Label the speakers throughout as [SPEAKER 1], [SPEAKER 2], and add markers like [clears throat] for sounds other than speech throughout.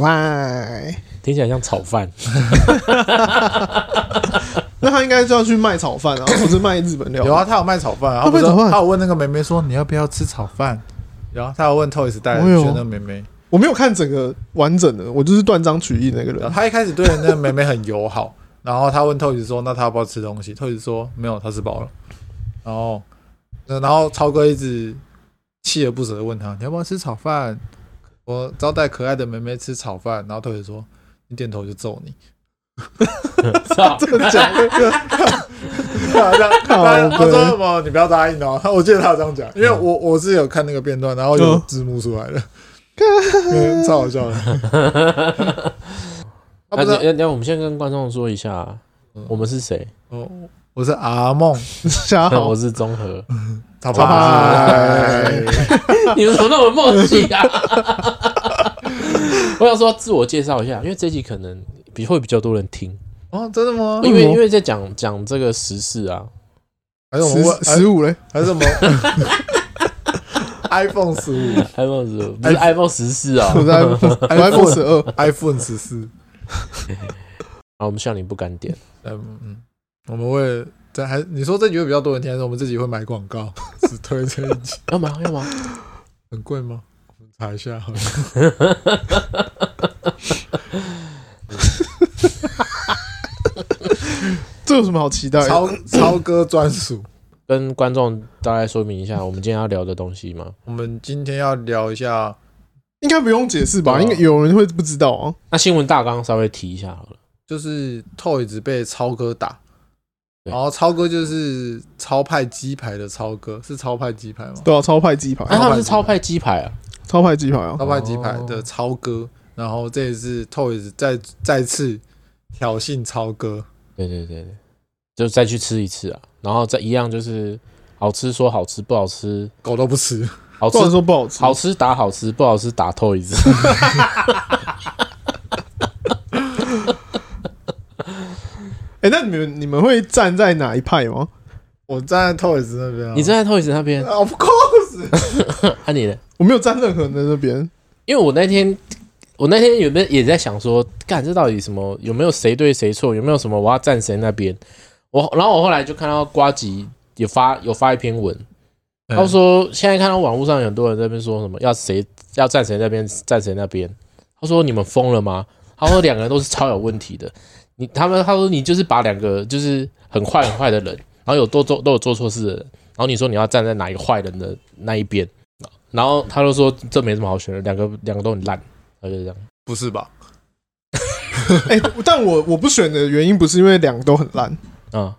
[SPEAKER 1] 哎
[SPEAKER 2] 听起来像炒饭。
[SPEAKER 3] 那他应该就要去卖炒饭啊， [coughs] 不是卖日本料理。
[SPEAKER 1] 有啊，他有卖炒饭啊，
[SPEAKER 3] 他
[SPEAKER 1] 他不
[SPEAKER 3] 卖
[SPEAKER 1] 是
[SPEAKER 3] 炒饭
[SPEAKER 1] 他有问那个妹妹说你要不要吃炒饭，然后他有问 Toys 带
[SPEAKER 3] 我有
[SPEAKER 1] 人去那个妹妹，
[SPEAKER 3] 我没有看整个完整的，我就是断章取义那个
[SPEAKER 1] 然
[SPEAKER 3] 人
[SPEAKER 1] 后。他一开始对那个妹妹很友好，然后他问 Toys 说那他要不要吃东西，Toys 说没有，他吃饱了，然后呃然后超哥一直锲而不舍的问他你要不要吃炒饭，我招待可爱的妹妹吃炒饭，然后 Toys 说你点头就揍你，
[SPEAKER 2] 操，
[SPEAKER 3] 真的假的？
[SPEAKER 1] 他啊
[SPEAKER 3] [laughs]
[SPEAKER 1] 他
[SPEAKER 3] 靠
[SPEAKER 1] 他
[SPEAKER 3] 北
[SPEAKER 1] 说什么？你不要答应哦。 [laughs] 我记得他有这样讲，因为我我是有看那个片段，然后有
[SPEAKER 3] 嗯
[SPEAKER 1] 字幕
[SPEAKER 3] [laughs]
[SPEAKER 1] 出来的，嗯超好笑的。啊，
[SPEAKER 2] 那
[SPEAKER 1] 不
[SPEAKER 2] 你
[SPEAKER 3] 呃
[SPEAKER 1] 是，
[SPEAKER 2] 要要我们先跟观众说一下
[SPEAKER 1] 嗯，
[SPEAKER 2] 我们是谁？
[SPEAKER 1] 哦我是阿梦，
[SPEAKER 3] [laughs] 瞎好
[SPEAKER 2] 我，是
[SPEAKER 3] [laughs]
[SPEAKER 2] 综合。
[SPEAKER 1] 拜
[SPEAKER 3] 拜拜
[SPEAKER 1] 拜。
[SPEAKER 2] 你们怎么那么默契啊？ [laughs] 我想说自我介绍一下，因为这集可能比会比较多人听，
[SPEAKER 1] [laughs] 哦，真的吗？
[SPEAKER 2] 因
[SPEAKER 3] 哦
[SPEAKER 2] 为因为在讲讲这个时事啊，
[SPEAKER 1] 还是哎我们
[SPEAKER 3] 十，
[SPEAKER 1] 问
[SPEAKER 3] 十五嘞，
[SPEAKER 1] 还还是我们 iPhone 十五
[SPEAKER 2] iPhone 十五不是 iPhone 十四啊
[SPEAKER 3] 我。在我 iPhone 十二，
[SPEAKER 1] ，iPhone 十四。
[SPEAKER 2] 啊，我们向你不敢点，
[SPEAKER 1] 嗯嗯，我们会这还你说这集会比较多人听，还是我们自己会买广告， [laughs] 只推这一集？
[SPEAKER 2] 要吗？要吗？
[SPEAKER 1] 很贵吗？我们查一下好了。
[SPEAKER 3] 这有什么好期 [laughs] 待的？
[SPEAKER 1] 超超哥专属。
[SPEAKER 2] 跟观众大概说明一下我们今天要聊的东西吗？
[SPEAKER 1] 我们今天要聊一下，
[SPEAKER 3] 应该不用解释吧？
[SPEAKER 2] 对啊
[SPEAKER 3] 应该有人会不知道啊。
[SPEAKER 2] 那新闻大纲稍微提一下好了。
[SPEAKER 1] 就是 Toys 被超哥打，
[SPEAKER 2] 对
[SPEAKER 1] 然后超哥就是超派鸡排的超哥，是超派鸡排吗？
[SPEAKER 3] 对啊，超派鸡排，
[SPEAKER 2] 啊，他们是
[SPEAKER 1] 超
[SPEAKER 2] 超派鸡排啊，
[SPEAKER 3] 超派鸡排啊，
[SPEAKER 1] 超派鸡排的超哥，然后这一次 Toys 再再次挑衅超哥，
[SPEAKER 2] 对对对对，就再去吃一次啊，然后再一样就是好吃说好吃，不好吃
[SPEAKER 1] 狗都不吃，
[SPEAKER 2] 好吃
[SPEAKER 3] 不能说不好吃。
[SPEAKER 2] 哦好吃打好吃，不好吃打透一次。
[SPEAKER 3] 哎，那你们你们会站在哪一派吗？
[SPEAKER 1] 我站在 Toys 那边、啊，
[SPEAKER 2] 你站在 Toys 那边，
[SPEAKER 1] ？Of course，
[SPEAKER 2] 啊你呢？
[SPEAKER 3] 我没有站任何人的那边，
[SPEAKER 2] 因为我那天，我那天原本也在想说，干这到底什么？有没有谁对谁错？有没有什么我要站谁那边？我然后我后来就看到瓜吉有发有发一篇文，
[SPEAKER 1] 嗯
[SPEAKER 2] 他
[SPEAKER 1] 哎
[SPEAKER 2] 说现在看到网络上有很多人在那边说什么要谁要站谁那边站谁那边，他说你们疯了吗？他说两个人都是超有问题的，你他们他说你就是把两个就是很坏很坏的人，然后有都做都有做错事的人，然后你说你要站在哪一个坏人的那一边，然后他就说这没什么好选的，两个两个都很烂，他就这样。
[SPEAKER 1] 不是吧？
[SPEAKER 3] 哎，但我我不选的原因不是因为两个都很烂，
[SPEAKER 2] 啊、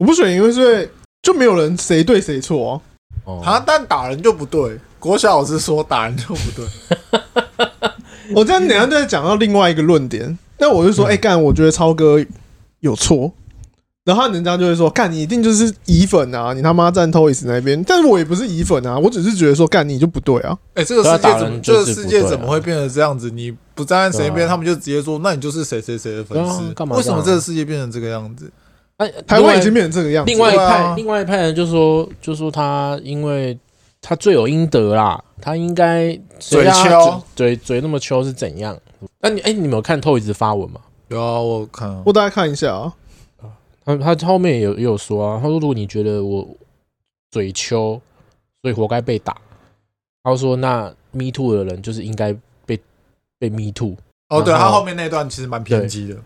[SPEAKER 3] 我不选因为是因为就没有人谁对谁错啊。
[SPEAKER 2] 哦，
[SPEAKER 1] 啊，但打人就不对，国小老师说打人就不
[SPEAKER 2] [laughs]
[SPEAKER 1] 对，
[SPEAKER 3] 我这样等一下就再讲到另外一个论点，但我就
[SPEAKER 2] 嗯
[SPEAKER 3] 说，哎、干，我觉得超哥有错，然后人家就会说，干，你一定就是乙粉啊，你他妈站 Toys 那边，但是我也不是乙粉啊，我只是觉得说，干，你就不对啊，
[SPEAKER 1] 哎、这个
[SPEAKER 2] 对啊
[SPEAKER 1] 世界
[SPEAKER 2] 打
[SPEAKER 1] 怎
[SPEAKER 2] 人
[SPEAKER 1] 么
[SPEAKER 2] 就
[SPEAKER 1] 这个
[SPEAKER 2] 是
[SPEAKER 1] 世
[SPEAKER 2] 不
[SPEAKER 1] 界
[SPEAKER 2] 对
[SPEAKER 1] 怎
[SPEAKER 2] 啊
[SPEAKER 1] 么会变成这样子？你不站在谁一
[SPEAKER 2] 对
[SPEAKER 1] 边，
[SPEAKER 2] 啊
[SPEAKER 1] 他们就直接说，那你就是谁谁谁的粉
[SPEAKER 2] 对啊
[SPEAKER 1] 丝。
[SPEAKER 2] 干嘛
[SPEAKER 1] 为什么
[SPEAKER 2] 这
[SPEAKER 1] 这
[SPEAKER 2] 样
[SPEAKER 1] 个世界变成这个样子？
[SPEAKER 2] 啊
[SPEAKER 3] 台湾已经变成这个样子。
[SPEAKER 2] 另外一
[SPEAKER 1] 对啊
[SPEAKER 2] 派，另外一派人就说，就说他因为他罪有应得啦，他应该谁让他
[SPEAKER 1] 嘴秋
[SPEAKER 2] 嘴嘴嘴那么秋是怎样？那你哎、你们有看透一直发文吗？
[SPEAKER 1] 有啊，我有看啊
[SPEAKER 3] 我大家看一下啊，
[SPEAKER 2] 他他后面也有也有说啊，他说如果你觉得我嘴秋，所以活该被打，他说那 me too 的人就是应该被被 me too，
[SPEAKER 1] 哦，对
[SPEAKER 2] 然后
[SPEAKER 1] 他后面那段其实蛮偏激的。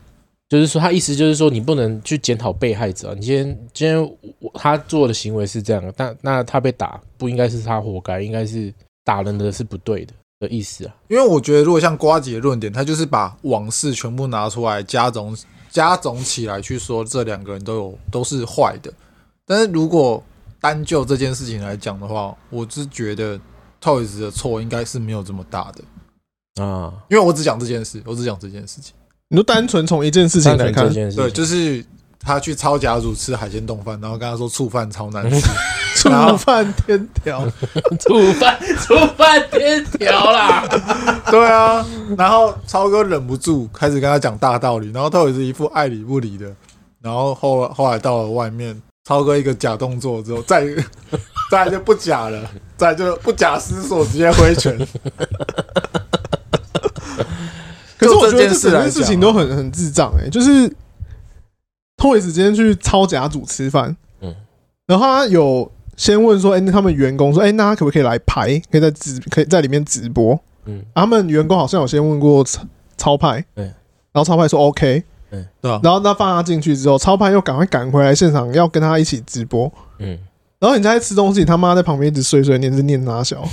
[SPEAKER 2] 就是说，他意思就是说，你不能去检讨被害者啊、你今天今天我他做的行为是这样，但那他被打不应该是他活该，应该是打人的是不对的的意思啊。
[SPEAKER 1] 因为我觉得，如果像瓜姐的论点，他就是把往事全部拿出来加总加总起来去说，这两个人都有都是坏的。但是如果单就这件事情来讲的话，我是觉得 Toys 的错应该是没有这么大的，
[SPEAKER 2] 啊，
[SPEAKER 1] 因为我只讲这件事，我只讲这件事情。
[SPEAKER 3] 你就单纯从一件事情
[SPEAKER 2] 单
[SPEAKER 3] 来
[SPEAKER 2] 纯
[SPEAKER 3] 看
[SPEAKER 2] 这，件事
[SPEAKER 1] 对，
[SPEAKER 2] 情，
[SPEAKER 1] 就是他去超甲组吃海鲜冻饭，然后跟他说醋饭超难吃，
[SPEAKER 3] 触
[SPEAKER 1] 然后
[SPEAKER 3] 犯天条，
[SPEAKER 2] [laughs] 触犯触犯天条啦。
[SPEAKER 1] 对啊，然后超哥忍不住开始跟他讲大道理，然后他也是一副爱理不理的，然后后后来到了外面，超哥一个假动作之后，再 [laughs] 再来就不假了，再来就不假思索直接挥拳，
[SPEAKER 3] 可是我觉得
[SPEAKER 1] 件
[SPEAKER 3] 这
[SPEAKER 1] 事
[SPEAKER 3] 整
[SPEAKER 1] 来
[SPEAKER 3] 件
[SPEAKER 1] 讲，
[SPEAKER 3] 事情都很很智障哎、就是 Toys 今天去超甲组吃饭，
[SPEAKER 2] 嗯
[SPEAKER 3] 然后他有先问说，哎、那他们员工说，哎、那他可不可以来排，可以在直可以在里面直播？啊
[SPEAKER 2] 嗯，
[SPEAKER 3] 他们员工好像有先问过超超派，
[SPEAKER 2] 对
[SPEAKER 3] 然后超派说 OK，
[SPEAKER 2] 对
[SPEAKER 1] 对啊
[SPEAKER 3] 然后他放他进去之后，超派又赶快赶回来现场要跟他一起直播，
[SPEAKER 2] 嗯，
[SPEAKER 3] 然后你在吃东西，他妈在旁边一直碎碎念，是念哪小？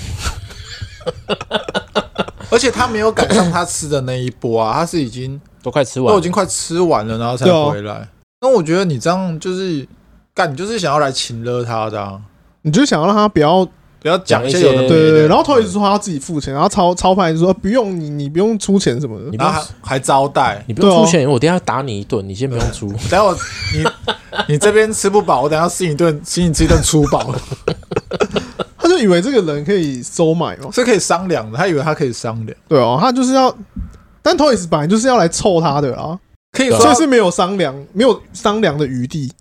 [SPEAKER 1] 而且他没有赶上他吃的那一波啊，他是已经
[SPEAKER 2] 都快吃完
[SPEAKER 1] 都
[SPEAKER 2] 了
[SPEAKER 1] 已。经快吃完了，然后才
[SPEAKER 3] 对啊
[SPEAKER 1] 回来。那我觉得你这样就是干，你就是想要来请了他的、啊，
[SPEAKER 3] 你就想要让他不要
[SPEAKER 1] 不要讲一些
[SPEAKER 2] 讲
[SPEAKER 1] 有
[SPEAKER 2] 一些
[SPEAKER 1] 的没
[SPEAKER 3] 对
[SPEAKER 1] 的
[SPEAKER 3] 对对，然后头一直说他要自己付钱，然后超超派就说呃不用你，你不用出钱什么的
[SPEAKER 2] 你。不
[SPEAKER 1] 然
[SPEAKER 2] 用
[SPEAKER 1] 后还还招待。
[SPEAKER 2] 你不用
[SPEAKER 3] 对啊
[SPEAKER 2] 出钱，我等一下打你一顿，你先不用出。
[SPEAKER 1] 等下我你你这边吃不饱，我等下吃一顿，请你吃一顿粗饱，
[SPEAKER 3] 他就以为这个人可以收买嘛，
[SPEAKER 1] 是可以商量的。他以为他可以商量，
[SPEAKER 3] 对哦，他就是要，但 Toys 本来就是要来凑他的啊，
[SPEAKER 1] 可以
[SPEAKER 2] 对啊
[SPEAKER 3] 所
[SPEAKER 1] 说
[SPEAKER 3] 以是没有商量，没有商量的余地，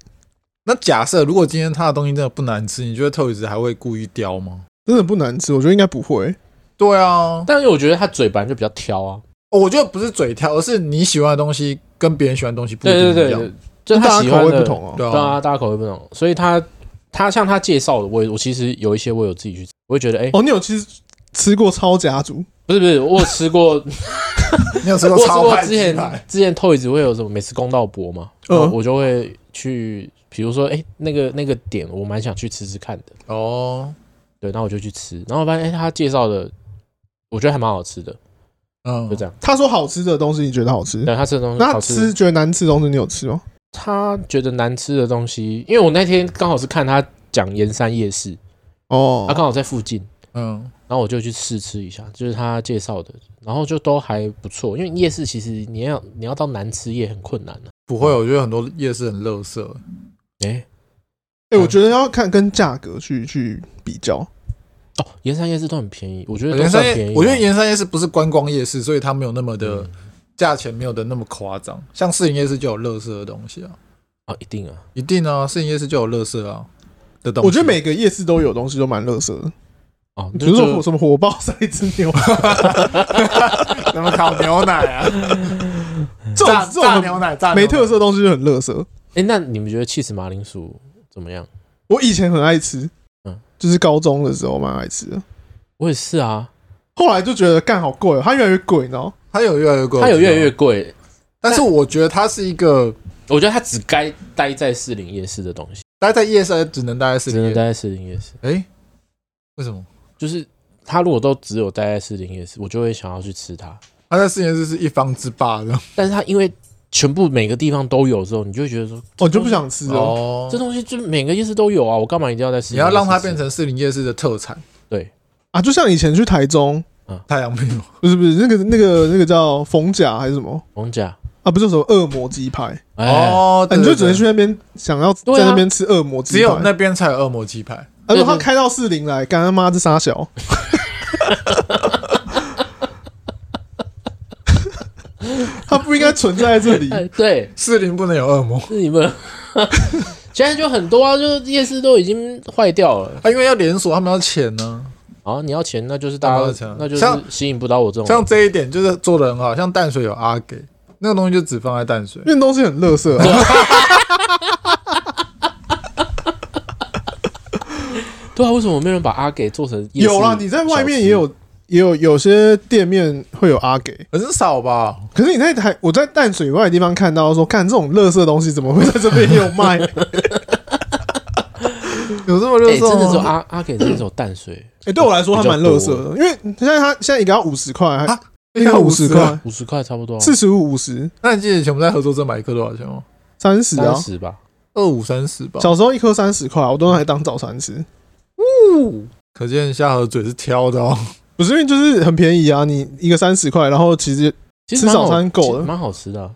[SPEAKER 1] 那假设如果今天他的东西真的不难吃，你觉得透子还会故意刁吗？
[SPEAKER 3] 真的不难吃，我觉得应该不会。
[SPEAKER 1] 对啊，
[SPEAKER 2] 但是我觉得他嘴本来就比较挑啊，
[SPEAKER 1] 哦我觉得不是嘴挑，而是你喜欢的东西跟别人喜欢的东西不一定一
[SPEAKER 2] 对
[SPEAKER 1] 样。
[SPEAKER 2] 对对，就是他
[SPEAKER 3] 大
[SPEAKER 2] 喜
[SPEAKER 3] 家口
[SPEAKER 2] 欢
[SPEAKER 3] 味
[SPEAKER 2] 的
[SPEAKER 3] 不，同哦、
[SPEAKER 1] 对
[SPEAKER 2] 对
[SPEAKER 1] 啊
[SPEAKER 2] 啊，大家口味不同，所以他他向他介绍的，我也我其实有一些我有自己去吃，我会觉得哎、
[SPEAKER 3] 哦，你有吃吃过超甲组？
[SPEAKER 2] 不是不是，我有吃过，
[SPEAKER 1] 你有吃
[SPEAKER 2] 我
[SPEAKER 1] 过
[SPEAKER 2] 有吃
[SPEAKER 1] 超
[SPEAKER 2] 过
[SPEAKER 1] 派
[SPEAKER 2] 之
[SPEAKER 1] 鸡
[SPEAKER 2] 前
[SPEAKER 1] 排？
[SPEAKER 2] 之前 Toys 会有什么每次公道博嘛，
[SPEAKER 3] 嗯
[SPEAKER 2] 嗯，我就会去，比如说哎、那个那个点我蛮想去吃吃看的，
[SPEAKER 1] 哦，
[SPEAKER 2] 对，然后我就去吃，然后发现哎、他介绍的我觉得还蛮好吃的，
[SPEAKER 1] 嗯，
[SPEAKER 2] 就这样。
[SPEAKER 3] 他说好吃的东西，你觉得好吃？
[SPEAKER 2] 对，他吃的东西
[SPEAKER 3] 那
[SPEAKER 2] 好
[SPEAKER 3] 他
[SPEAKER 2] 吃
[SPEAKER 3] 吃，觉得难吃的东西，你有吃吗？
[SPEAKER 2] 他觉得难吃的东西，因为我那天刚好是看他讲盐山夜市，他
[SPEAKER 3] 哦，
[SPEAKER 2] 刚好在附近。
[SPEAKER 1] 嗯，
[SPEAKER 2] 然后我就去试吃一下，就是他介绍的，然后就都还不错。因为夜市其实你要你要到难吃也很困难啊的、
[SPEAKER 1] 不会，我觉得很多夜市很垃圾。
[SPEAKER 2] 诶
[SPEAKER 3] 哎、我觉得要看跟价格去去比较。
[SPEAKER 2] 哦，盐山夜市都很便宜，我觉得都
[SPEAKER 1] 盐山
[SPEAKER 2] 算便宜
[SPEAKER 1] 夜
[SPEAKER 2] 啊。，
[SPEAKER 1] 我觉得盐山夜市不是观光夜市，所以它没有那么的价钱没有的那么夸张。像市营夜市就有垃圾的东西啊，
[SPEAKER 2] 啊、一定啊，
[SPEAKER 1] 一定啊，市营夜市就有垃圾啊的东西。
[SPEAKER 3] 我觉得每个夜市都有东西都蛮乐色的，
[SPEAKER 2] 哦，
[SPEAKER 3] 比如
[SPEAKER 2] 就
[SPEAKER 3] 说什么火爆塞子
[SPEAKER 1] [laughs]
[SPEAKER 3] 牛，
[SPEAKER 1] 什么烤牛奶啊，
[SPEAKER 3] [laughs]
[SPEAKER 1] 嗯
[SPEAKER 3] 这种这种很
[SPEAKER 1] 奶，炸
[SPEAKER 3] 没特色的东西就很乐色。
[SPEAKER 2] 哎、那你们觉得 cheese 马铃薯怎么样？
[SPEAKER 3] 我以前很爱吃，
[SPEAKER 2] 嗯
[SPEAKER 3] 就是高中的时候蛮爱吃的。
[SPEAKER 2] 我也是啊，
[SPEAKER 3] 后来就觉得干好贵、哦，它越来越贵，你知道吗？哦
[SPEAKER 1] 它有越来越贵，
[SPEAKER 2] 它有越来
[SPEAKER 1] 啊我
[SPEAKER 2] 越
[SPEAKER 1] 知道，
[SPEAKER 2] 贵，
[SPEAKER 1] 但是我觉得它是一个
[SPEAKER 2] 我觉得它只该待在士林夜市的东西，
[SPEAKER 1] 待在夜市只能待在市
[SPEAKER 2] 只能
[SPEAKER 1] 里
[SPEAKER 2] 待
[SPEAKER 1] 面。
[SPEAKER 2] 在士林夜市。
[SPEAKER 1] 哎，为什么？
[SPEAKER 2] 就是它如果都只有待在士林夜市，我就会想要去吃它。
[SPEAKER 1] 它在市营夜市是一方之霸的
[SPEAKER 2] 但是它因为全部每个地方都有之后，你就会觉得说，
[SPEAKER 3] 我就不想吃了。
[SPEAKER 1] 哦
[SPEAKER 2] 这东西就是每个夜市都有啊，我干嘛一定要在市
[SPEAKER 1] 你
[SPEAKER 2] 林夜
[SPEAKER 1] 要
[SPEAKER 2] 市吃？
[SPEAKER 1] 让它变成市营夜市的特产，
[SPEAKER 3] 啊，就像以前去台中，
[SPEAKER 1] 太阳饼。
[SPEAKER 3] 不是不是那个那个那个叫逢甲还是什么
[SPEAKER 2] 红甲，
[SPEAKER 3] 啊？不是有什么恶魔鸡排、啊
[SPEAKER 2] 哎，
[SPEAKER 1] 对
[SPEAKER 3] 你就
[SPEAKER 1] 哦对
[SPEAKER 3] 只能
[SPEAKER 1] 对
[SPEAKER 3] 去那边想要
[SPEAKER 2] 对啊
[SPEAKER 3] 在那边吃恶魔鸡排。
[SPEAKER 1] 只有那边才有恶魔鸡排。
[SPEAKER 3] 啊，如
[SPEAKER 2] 对
[SPEAKER 3] 果他
[SPEAKER 2] 对
[SPEAKER 3] 开到四零来，干他妈这傻小。 [laughs] 他不应该存在这里。
[SPEAKER 2] 哎对，
[SPEAKER 1] 士林不能有恶魔， [laughs]
[SPEAKER 2] 是你
[SPEAKER 3] [laughs]
[SPEAKER 2] 们。现在就很多啊，就是夜市都已经坏掉了。
[SPEAKER 1] 啊，因为要连锁，他们要钱呢、
[SPEAKER 2] 啊，你要钱，那就是大
[SPEAKER 1] 当然要
[SPEAKER 2] 家
[SPEAKER 1] 钱啊，
[SPEAKER 2] 那就是
[SPEAKER 1] 像
[SPEAKER 2] 吸引不到我这种
[SPEAKER 1] 像
[SPEAKER 2] 人。
[SPEAKER 1] 这一点就是做的很好，像淡水有阿给，那个东西就只放在淡水。
[SPEAKER 3] 因为东西很垃圾、啊，
[SPEAKER 2] 对啊，为什么没有人把阿给做成夜市
[SPEAKER 3] 有啦，你在外面也
[SPEAKER 2] 小
[SPEAKER 3] 有，也有有些店面会有阿给，
[SPEAKER 1] 很少吧？
[SPEAKER 3] 可是你在台，我在淡水以外的地方看到说，看这种垃圾东西怎么会在这边也有
[SPEAKER 2] [laughs]
[SPEAKER 3] 卖？哎、
[SPEAKER 1] 有这么
[SPEAKER 2] 吃？
[SPEAKER 1] 热
[SPEAKER 2] 哎，真的
[SPEAKER 1] 衷
[SPEAKER 2] 只有
[SPEAKER 1] 吗？
[SPEAKER 2] 阿阿给真的只有淡水
[SPEAKER 3] 哎对我来说还蛮垃圾
[SPEAKER 2] 比
[SPEAKER 3] 的，因为现在它现在一个要五十块，还
[SPEAKER 1] 啊
[SPEAKER 3] 一个哎五十块，，
[SPEAKER 2] 五十块差不多啊，
[SPEAKER 3] 四十五、五十、
[SPEAKER 1] 那你记得以前我们在合作社买一颗多少钱吗？
[SPEAKER 3] 三十啊
[SPEAKER 2] 三。十吧。
[SPEAKER 1] 二五三十吧。
[SPEAKER 3] 小时候一颗三十块，我都拿来当早餐吃。
[SPEAKER 1] 可见下河嘴是挑的哦。
[SPEAKER 3] 不是因为就是很便宜啊，你一个三十块，然后其实
[SPEAKER 2] 其实蛮
[SPEAKER 3] 吃
[SPEAKER 2] 好
[SPEAKER 3] 早餐够了
[SPEAKER 2] 其实蛮好吃的啊。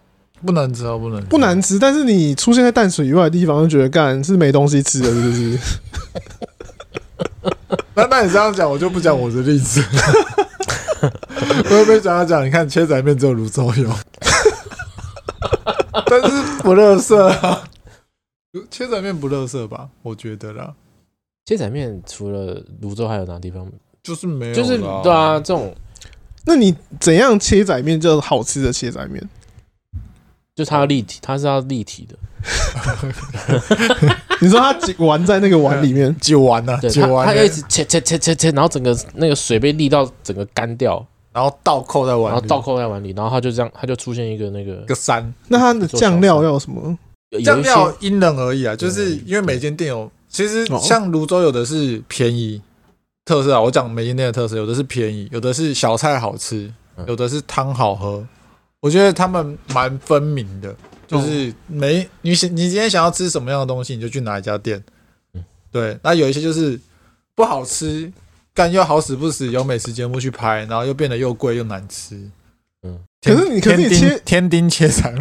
[SPEAKER 1] 不难吃啊，不难吃，
[SPEAKER 3] 不难吃，但是你出现在淡水以外的地方，就觉得干是没东西吃的，是不是？
[SPEAKER 1] 那那你这样讲，我就不讲我的例子。我又被讲到讲，你看切仔面只有泸州有， [laughs] 但是不乐色啊。切仔面不乐色吧？我觉得啦，
[SPEAKER 2] 切仔面除了泸州还有哪地方？
[SPEAKER 1] 就是没有啦，，
[SPEAKER 2] 啊就是对啊，这种
[SPEAKER 3] 那你怎样切仔面叫好吃的切仔面？
[SPEAKER 2] 就它要立体，它是要立体的，
[SPEAKER 3] 你说它只玩在那个碗里面
[SPEAKER 1] 酒完了，
[SPEAKER 2] 对，
[SPEAKER 1] 酒
[SPEAKER 2] 它
[SPEAKER 3] 啊
[SPEAKER 1] 完
[SPEAKER 2] 它
[SPEAKER 1] 了
[SPEAKER 2] 要一，直切切切切切，然后整个那个水被沥到整个干掉，
[SPEAKER 1] 然后倒扣在碗
[SPEAKER 2] 然
[SPEAKER 1] 里，
[SPEAKER 2] 后倒扣在碗里，然后它就这样，它就出现一个那个
[SPEAKER 1] 一个山。
[SPEAKER 3] 那它的酱料要什么？
[SPEAKER 2] 有
[SPEAKER 1] 酱
[SPEAKER 2] 一些
[SPEAKER 1] 料因人而异啊，就是因为每间店有，其实
[SPEAKER 2] 哦
[SPEAKER 1] 像泸州有的是便宜特色啊，我讲每间店的特色，有的是便宜，有的是小菜好吃
[SPEAKER 2] 嗯，
[SPEAKER 1] 有的是汤好喝。我觉得他们蛮分明
[SPEAKER 2] 哦
[SPEAKER 1] 的，就是每你想你今天想要吃什么样的东西，你就去哪一家店
[SPEAKER 2] 嗯。
[SPEAKER 1] 对，那有一些就是不好吃，但又好死不死有美食节目去拍，然后又变得又贵又难吃。
[SPEAKER 2] 嗯
[SPEAKER 1] 天，
[SPEAKER 3] 可是你可是你
[SPEAKER 1] 天丁
[SPEAKER 3] 切
[SPEAKER 1] 天丁切肠，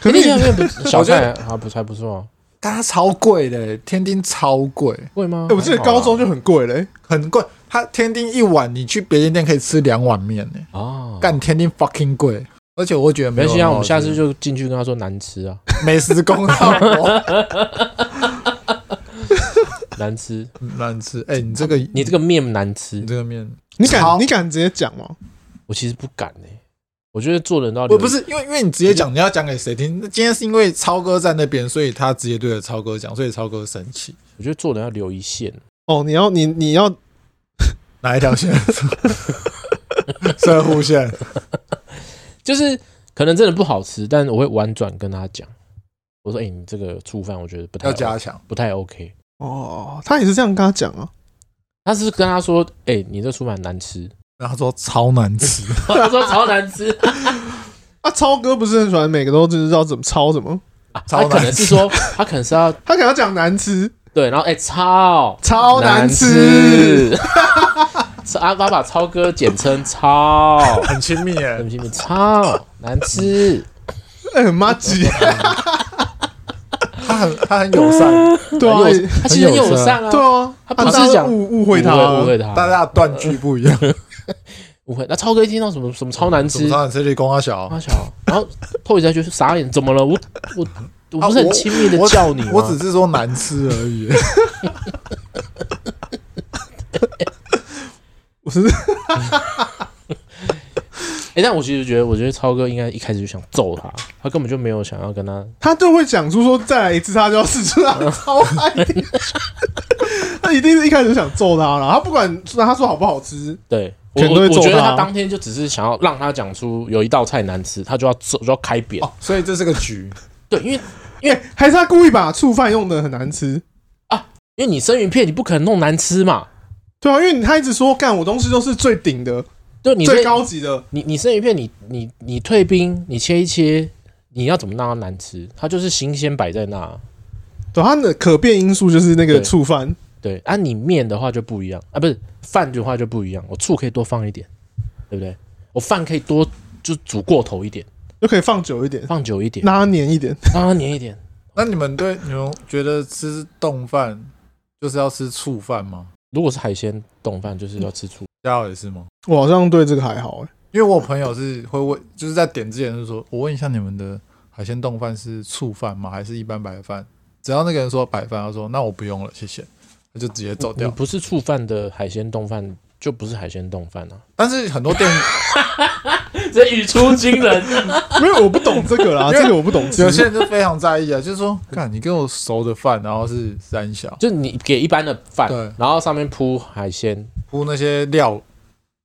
[SPEAKER 3] 可
[SPEAKER 2] 那
[SPEAKER 3] 是
[SPEAKER 2] 家
[SPEAKER 3] 你 [laughs]
[SPEAKER 2] 面不小菜还不还不错啊，
[SPEAKER 1] 但它超贵的，天丁超贵，
[SPEAKER 2] 贵吗？
[SPEAKER 3] 哎
[SPEAKER 2] 啊
[SPEAKER 3] 我记得高中就很贵嘞、
[SPEAKER 1] 很贵。它天丁一碗，你去别间店可以吃两碗面呢、
[SPEAKER 2] 啊，
[SPEAKER 1] 干天丁 fucking 贵，而且我觉得哦没
[SPEAKER 2] 没
[SPEAKER 1] 有很好吃。
[SPEAKER 2] 关系啊，我们下次就进去跟他说难吃啊， [laughs]
[SPEAKER 1] 美食公道哦 [laughs] 我
[SPEAKER 2] 难吃，
[SPEAKER 1] 难吃。哎、你这个
[SPEAKER 2] 你这个面难
[SPEAKER 1] 你
[SPEAKER 3] 嗯
[SPEAKER 2] 吃，
[SPEAKER 1] 这个面，
[SPEAKER 3] 你敢
[SPEAKER 1] 好
[SPEAKER 3] 你敢直接讲吗？
[SPEAKER 2] 我其实不敢哎、我觉得做人到底
[SPEAKER 1] 我不是因为因为你直接讲，你要讲给谁听？那今天是因为超哥在那边，所以他直接对着超哥讲，所以超哥生气。
[SPEAKER 2] 我觉得做人要留一线，
[SPEAKER 3] 哦，你要你你要
[SPEAKER 1] 哪一条线？ [laughs] 射户线。
[SPEAKER 2] 就是可能真的不好吃，但我会婉转跟他讲，我说：“哎、你这个醋饭我觉得不太
[SPEAKER 1] 要加强，
[SPEAKER 2] 不太 OK。
[SPEAKER 3] 哦，他也是这样跟他讲啊。”
[SPEAKER 2] 他是跟他说：“哎、你这醋饭难吃。 [laughs]
[SPEAKER 1] 然后他说超难吃，”
[SPEAKER 2] 他说：“超难吃。
[SPEAKER 3] [laughs] 啊，超哥不是很喜欢每个都知道怎么抄什么，
[SPEAKER 2] 啊”
[SPEAKER 1] 超难吃
[SPEAKER 2] 他可能是说，他可能是要
[SPEAKER 3] 他可能要讲难吃，
[SPEAKER 2] 对，然后哎、超
[SPEAKER 3] 超难
[SPEAKER 2] 难
[SPEAKER 3] 吃。，
[SPEAKER 2] 是阿爸把 [laughs] 超哥简称超， [laughs]
[SPEAKER 1] 很亲密耶
[SPEAKER 2] 对不。起，你超难吃。
[SPEAKER 3] 哎、很妈鸡，
[SPEAKER 1] [laughs] 他很他很友 [laughs] 善，
[SPEAKER 3] 对啊，
[SPEAKER 2] 很友他其实很友善啊，
[SPEAKER 3] 对啊，
[SPEAKER 2] 他
[SPEAKER 3] 啊
[SPEAKER 2] 不
[SPEAKER 3] 大家
[SPEAKER 2] 是
[SPEAKER 3] 都
[SPEAKER 2] 讲
[SPEAKER 3] 误误会他啊
[SPEAKER 2] 误
[SPEAKER 3] 了，
[SPEAKER 2] 会他，
[SPEAKER 1] 大家的断句不一样。
[SPEAKER 2] 误会。那超哥一听到什么什么超难吃啊
[SPEAKER 1] 什，么吃力公阿啊小
[SPEAKER 2] 阿，小，然后透一下就是傻眼，怎么了？我我我
[SPEAKER 1] 啊
[SPEAKER 2] 不是很亲密的
[SPEAKER 1] 我
[SPEAKER 2] 叫你吗？
[SPEAKER 1] 我只是说难吃而
[SPEAKER 2] [laughs]
[SPEAKER 1] 已。
[SPEAKER 3] 我是
[SPEAKER 2] 哎、但我其实觉得，我觉得超哥应该一开始就想揍他，他根本就没有想要跟他。
[SPEAKER 3] 他就会讲出说再来一次，他就要试出他的
[SPEAKER 2] 嗯
[SPEAKER 3] 超爱你。 [laughs] 他一定是一开始就想揍他了，他不管他说好不好吃，
[SPEAKER 2] 对我
[SPEAKER 3] 全都
[SPEAKER 2] 我
[SPEAKER 3] 会啊揍
[SPEAKER 2] 我觉得
[SPEAKER 3] 他
[SPEAKER 2] 他当天就只是想要让他讲出有一道菜难吃，他就要揍，就要开扁。
[SPEAKER 1] 哦，所以这是个局，
[SPEAKER 2] 对，因为
[SPEAKER 3] 哎、还是他故意把醋饭用的很难吃。
[SPEAKER 2] 因为你生鱼片你不可能弄难吃嘛。
[SPEAKER 3] 对啊，因为他一直说干我东西都是最顶的、
[SPEAKER 2] 对，你
[SPEAKER 3] 最
[SPEAKER 2] 生
[SPEAKER 3] 高级的，
[SPEAKER 2] 你你生鱼片你你你退冰，你切一切，你要怎么让它难吃？它就是新鲜摆在那。
[SPEAKER 3] 对他的可变因素就是那个
[SPEAKER 2] 对
[SPEAKER 3] 醋饭。
[SPEAKER 2] 对，啊，你面的话就不一样啊，不是饭的话就不一样，我醋可以多放一点，对不对？我饭可以多就煮过头一点，
[SPEAKER 3] 就可以放久一点，
[SPEAKER 2] 放久一点，
[SPEAKER 3] 拉黏一点。
[SPEAKER 2] 让它黏一点。
[SPEAKER 1] 那你们对你们觉得吃冻饭就是要吃醋饭吗？
[SPEAKER 2] 如果是海鲜冻饭，就是要吃醋。
[SPEAKER 1] 嘉豪也是吗？
[SPEAKER 3] 我好像对这个还好、欸，
[SPEAKER 1] 因为我朋友是会问，就是在点之前就说，我问一下你们的海鲜冻饭是醋饭吗，还是一般白饭？只要那个人说白饭，他说那我不用了，谢谢，他就直接走
[SPEAKER 2] 你
[SPEAKER 1] 掉。
[SPEAKER 2] 不是醋饭的海鲜冻饭，就不是海鲜冻饭啊。
[SPEAKER 1] 但是很
[SPEAKER 2] [laughs]
[SPEAKER 1] 多店
[SPEAKER 2] 这语出惊人，
[SPEAKER 3] 因为我不懂这个啦，
[SPEAKER 1] 因为
[SPEAKER 3] 这个我不懂吃
[SPEAKER 1] 有。些人就非常在意啊，就是说，看你给我熟的饭，然后是三小
[SPEAKER 2] [laughs] 就你给一般的饭
[SPEAKER 1] 对，
[SPEAKER 2] 然后上面铺海鲜，
[SPEAKER 1] 铺那些料，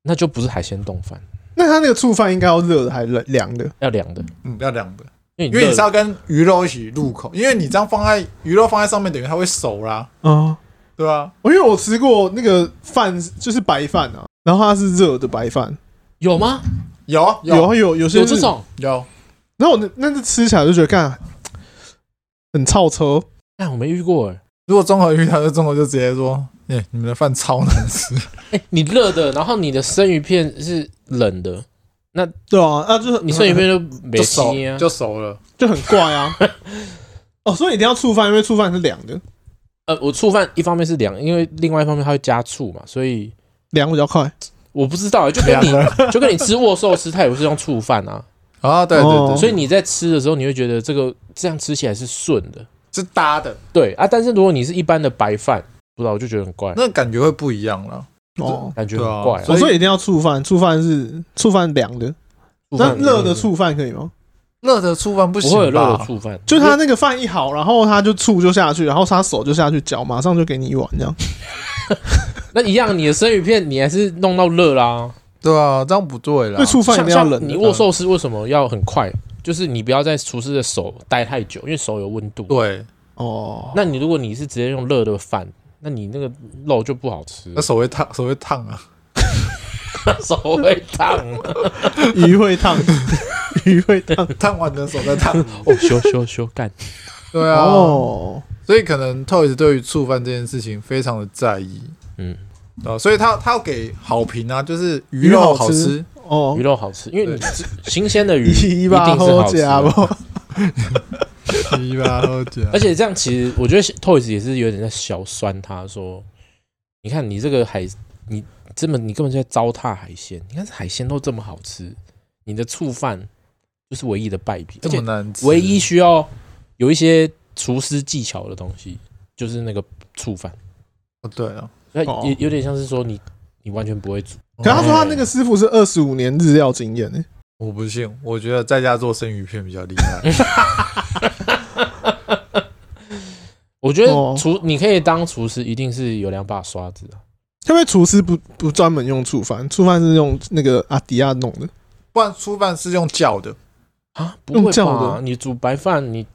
[SPEAKER 2] 那就不是海鲜冻饭，
[SPEAKER 3] 那他那个醋饭应该要热的还是凉的？
[SPEAKER 2] 要凉的，
[SPEAKER 1] 嗯，要凉的，
[SPEAKER 2] 因为你
[SPEAKER 1] 因为你
[SPEAKER 2] 热
[SPEAKER 1] 是要跟鱼肉一起入口，因为你这样放在鱼肉放在上面，等于它会熟啦，
[SPEAKER 2] 哦
[SPEAKER 3] 啊，
[SPEAKER 1] 对吧、
[SPEAKER 3] 我因为我吃过那个饭就是白饭啊，然后它是热的白饭，
[SPEAKER 2] 有吗？
[SPEAKER 1] 有啊
[SPEAKER 3] 有
[SPEAKER 1] 有
[SPEAKER 3] 啊有有些
[SPEAKER 2] 有
[SPEAKER 3] 是
[SPEAKER 2] 这，种，
[SPEAKER 1] 有，
[SPEAKER 3] 然后我那那次吃起来就觉得干很超车，
[SPEAKER 2] 哎，我没遇过哎。
[SPEAKER 1] 如果综合鱼它就综合就直接说，哎、你们的饭超难吃，
[SPEAKER 2] 哎，你热的，然后你的生鱼片是冷的，
[SPEAKER 3] 对啊，那就是
[SPEAKER 2] 你生鱼片就没
[SPEAKER 1] 就熟
[SPEAKER 2] 吸
[SPEAKER 1] [laughs]
[SPEAKER 2] 啊，
[SPEAKER 1] 就熟了，
[SPEAKER 3] [laughs] 就很怪啊。哦，所以一定要醋饭，因为醋饭是凉的，
[SPEAKER 2] 呃，我醋饭一方面是凉，因为另外一方面它会加醋嘛，所以
[SPEAKER 3] 凉比较快。
[SPEAKER 2] 我不知道欸，就跟
[SPEAKER 1] 凉
[SPEAKER 2] 你
[SPEAKER 1] 了
[SPEAKER 2] [laughs] 就跟你吃握寿司，它也不是用醋
[SPEAKER 1] [laughs]
[SPEAKER 2] 饭啊，
[SPEAKER 1] 啊，对对
[SPEAKER 3] 哦
[SPEAKER 1] 对，
[SPEAKER 2] 所以你在吃的时候，你会觉得这个这样吃起来是顺的，
[SPEAKER 1] 是搭的，
[SPEAKER 2] 对啊。但是如果你是一般的白饭，不知道我就觉得很怪。
[SPEAKER 1] 那感觉会不一样了。
[SPEAKER 3] 哦，
[SPEAKER 2] 感觉
[SPEAKER 1] 对啊
[SPEAKER 2] 很怪、啊。
[SPEAKER 1] 所
[SPEAKER 3] 我
[SPEAKER 1] 以
[SPEAKER 3] 说一定要醋饭，醋饭是醋饭凉的，
[SPEAKER 2] 醋
[SPEAKER 3] 那
[SPEAKER 2] 饭
[SPEAKER 3] 热的醋饭可以吗？
[SPEAKER 1] 热的醋饭不
[SPEAKER 2] 不
[SPEAKER 1] 行
[SPEAKER 2] 会有热
[SPEAKER 1] 吧
[SPEAKER 2] 的？醋饭，
[SPEAKER 3] 就他那个饭一好，然后他就醋就下去，然后他手就下去搅，马上就给你一碗这样。
[SPEAKER 2] 那一样，你的生鱼片你还是弄到热啦。
[SPEAKER 1] 对啊，这样不对啦
[SPEAKER 3] 对，。啊醋饭一
[SPEAKER 2] 像
[SPEAKER 3] 定要
[SPEAKER 2] 像
[SPEAKER 3] 冷
[SPEAKER 2] 你
[SPEAKER 3] 的。
[SPEAKER 2] 握寿司为什么要很快？就是你不要在厨师的手待太久，因为手有温度。
[SPEAKER 1] 对，
[SPEAKER 3] 哦，
[SPEAKER 2] 那你如果你是直接用热的饭，那你那个肉就不好吃
[SPEAKER 3] [laughs]
[SPEAKER 1] 那，手会烫，手会烫啊。 [laughs]
[SPEAKER 2] 手会烫。
[SPEAKER 3] 鱼会烫， [laughs] 鱼会烫。
[SPEAKER 1] 烫完的手在
[SPEAKER 2] [laughs]
[SPEAKER 1] 烫。
[SPEAKER 2] 哦，修修修干，
[SPEAKER 1] 对啊，
[SPEAKER 3] 哦，
[SPEAKER 1] 所以可能 Toys 对于触犯这件事情非常的在意。
[SPEAKER 2] 嗯，
[SPEAKER 1] 啊，所以他他要给好评啊，就是鱼
[SPEAKER 3] 鱼
[SPEAKER 1] 肉
[SPEAKER 3] 好
[SPEAKER 1] 好
[SPEAKER 3] 吃
[SPEAKER 1] 吃，
[SPEAKER 3] 哦
[SPEAKER 2] 鱼，肉好吃，因为你
[SPEAKER 1] 对
[SPEAKER 2] 吃新鲜的鱼
[SPEAKER 3] [laughs] 一
[SPEAKER 2] 一定是
[SPEAKER 3] 把
[SPEAKER 2] 好
[SPEAKER 3] 好啊
[SPEAKER 2] 吃的
[SPEAKER 3] 家伙，
[SPEAKER 1] 鱼吧，喝
[SPEAKER 2] [laughs]
[SPEAKER 1] 酒。
[SPEAKER 2] 而且这样其实我觉得 Toys 也是有点在小酸他说，你看你这个海，你这么你根本就在糟蹋海鲜，你看海鲜都这么好吃，你的醋饭就是唯一的败笔，
[SPEAKER 1] 这
[SPEAKER 2] 而
[SPEAKER 1] 么
[SPEAKER 2] 且
[SPEAKER 1] 难吃，
[SPEAKER 2] 唯一需要有一些厨师技巧的东西就是那个醋饭，
[SPEAKER 1] 哦对啊。
[SPEAKER 2] 那
[SPEAKER 3] 哦
[SPEAKER 2] 有有点像是说你你完全不会煮，
[SPEAKER 3] 可他说他
[SPEAKER 1] 哦
[SPEAKER 3] 那个师傅是二十五年日料经验呢、
[SPEAKER 1] 我不信，我觉得在家做生鱼片比较厉害。 [laughs]
[SPEAKER 2] 我觉得
[SPEAKER 3] 哦
[SPEAKER 2] 厨你可以当厨师一定是有两把刷子啊，
[SPEAKER 3] 因为厨师不不专门用醋饭，醋饭是用那个阿迪亚弄的。
[SPEAKER 1] 不然粗饭是用叫的，
[SPEAKER 2] 啊，不
[SPEAKER 3] 用
[SPEAKER 2] 会
[SPEAKER 3] 酱
[SPEAKER 2] 吧
[SPEAKER 3] 的？
[SPEAKER 2] 你煮白饭，你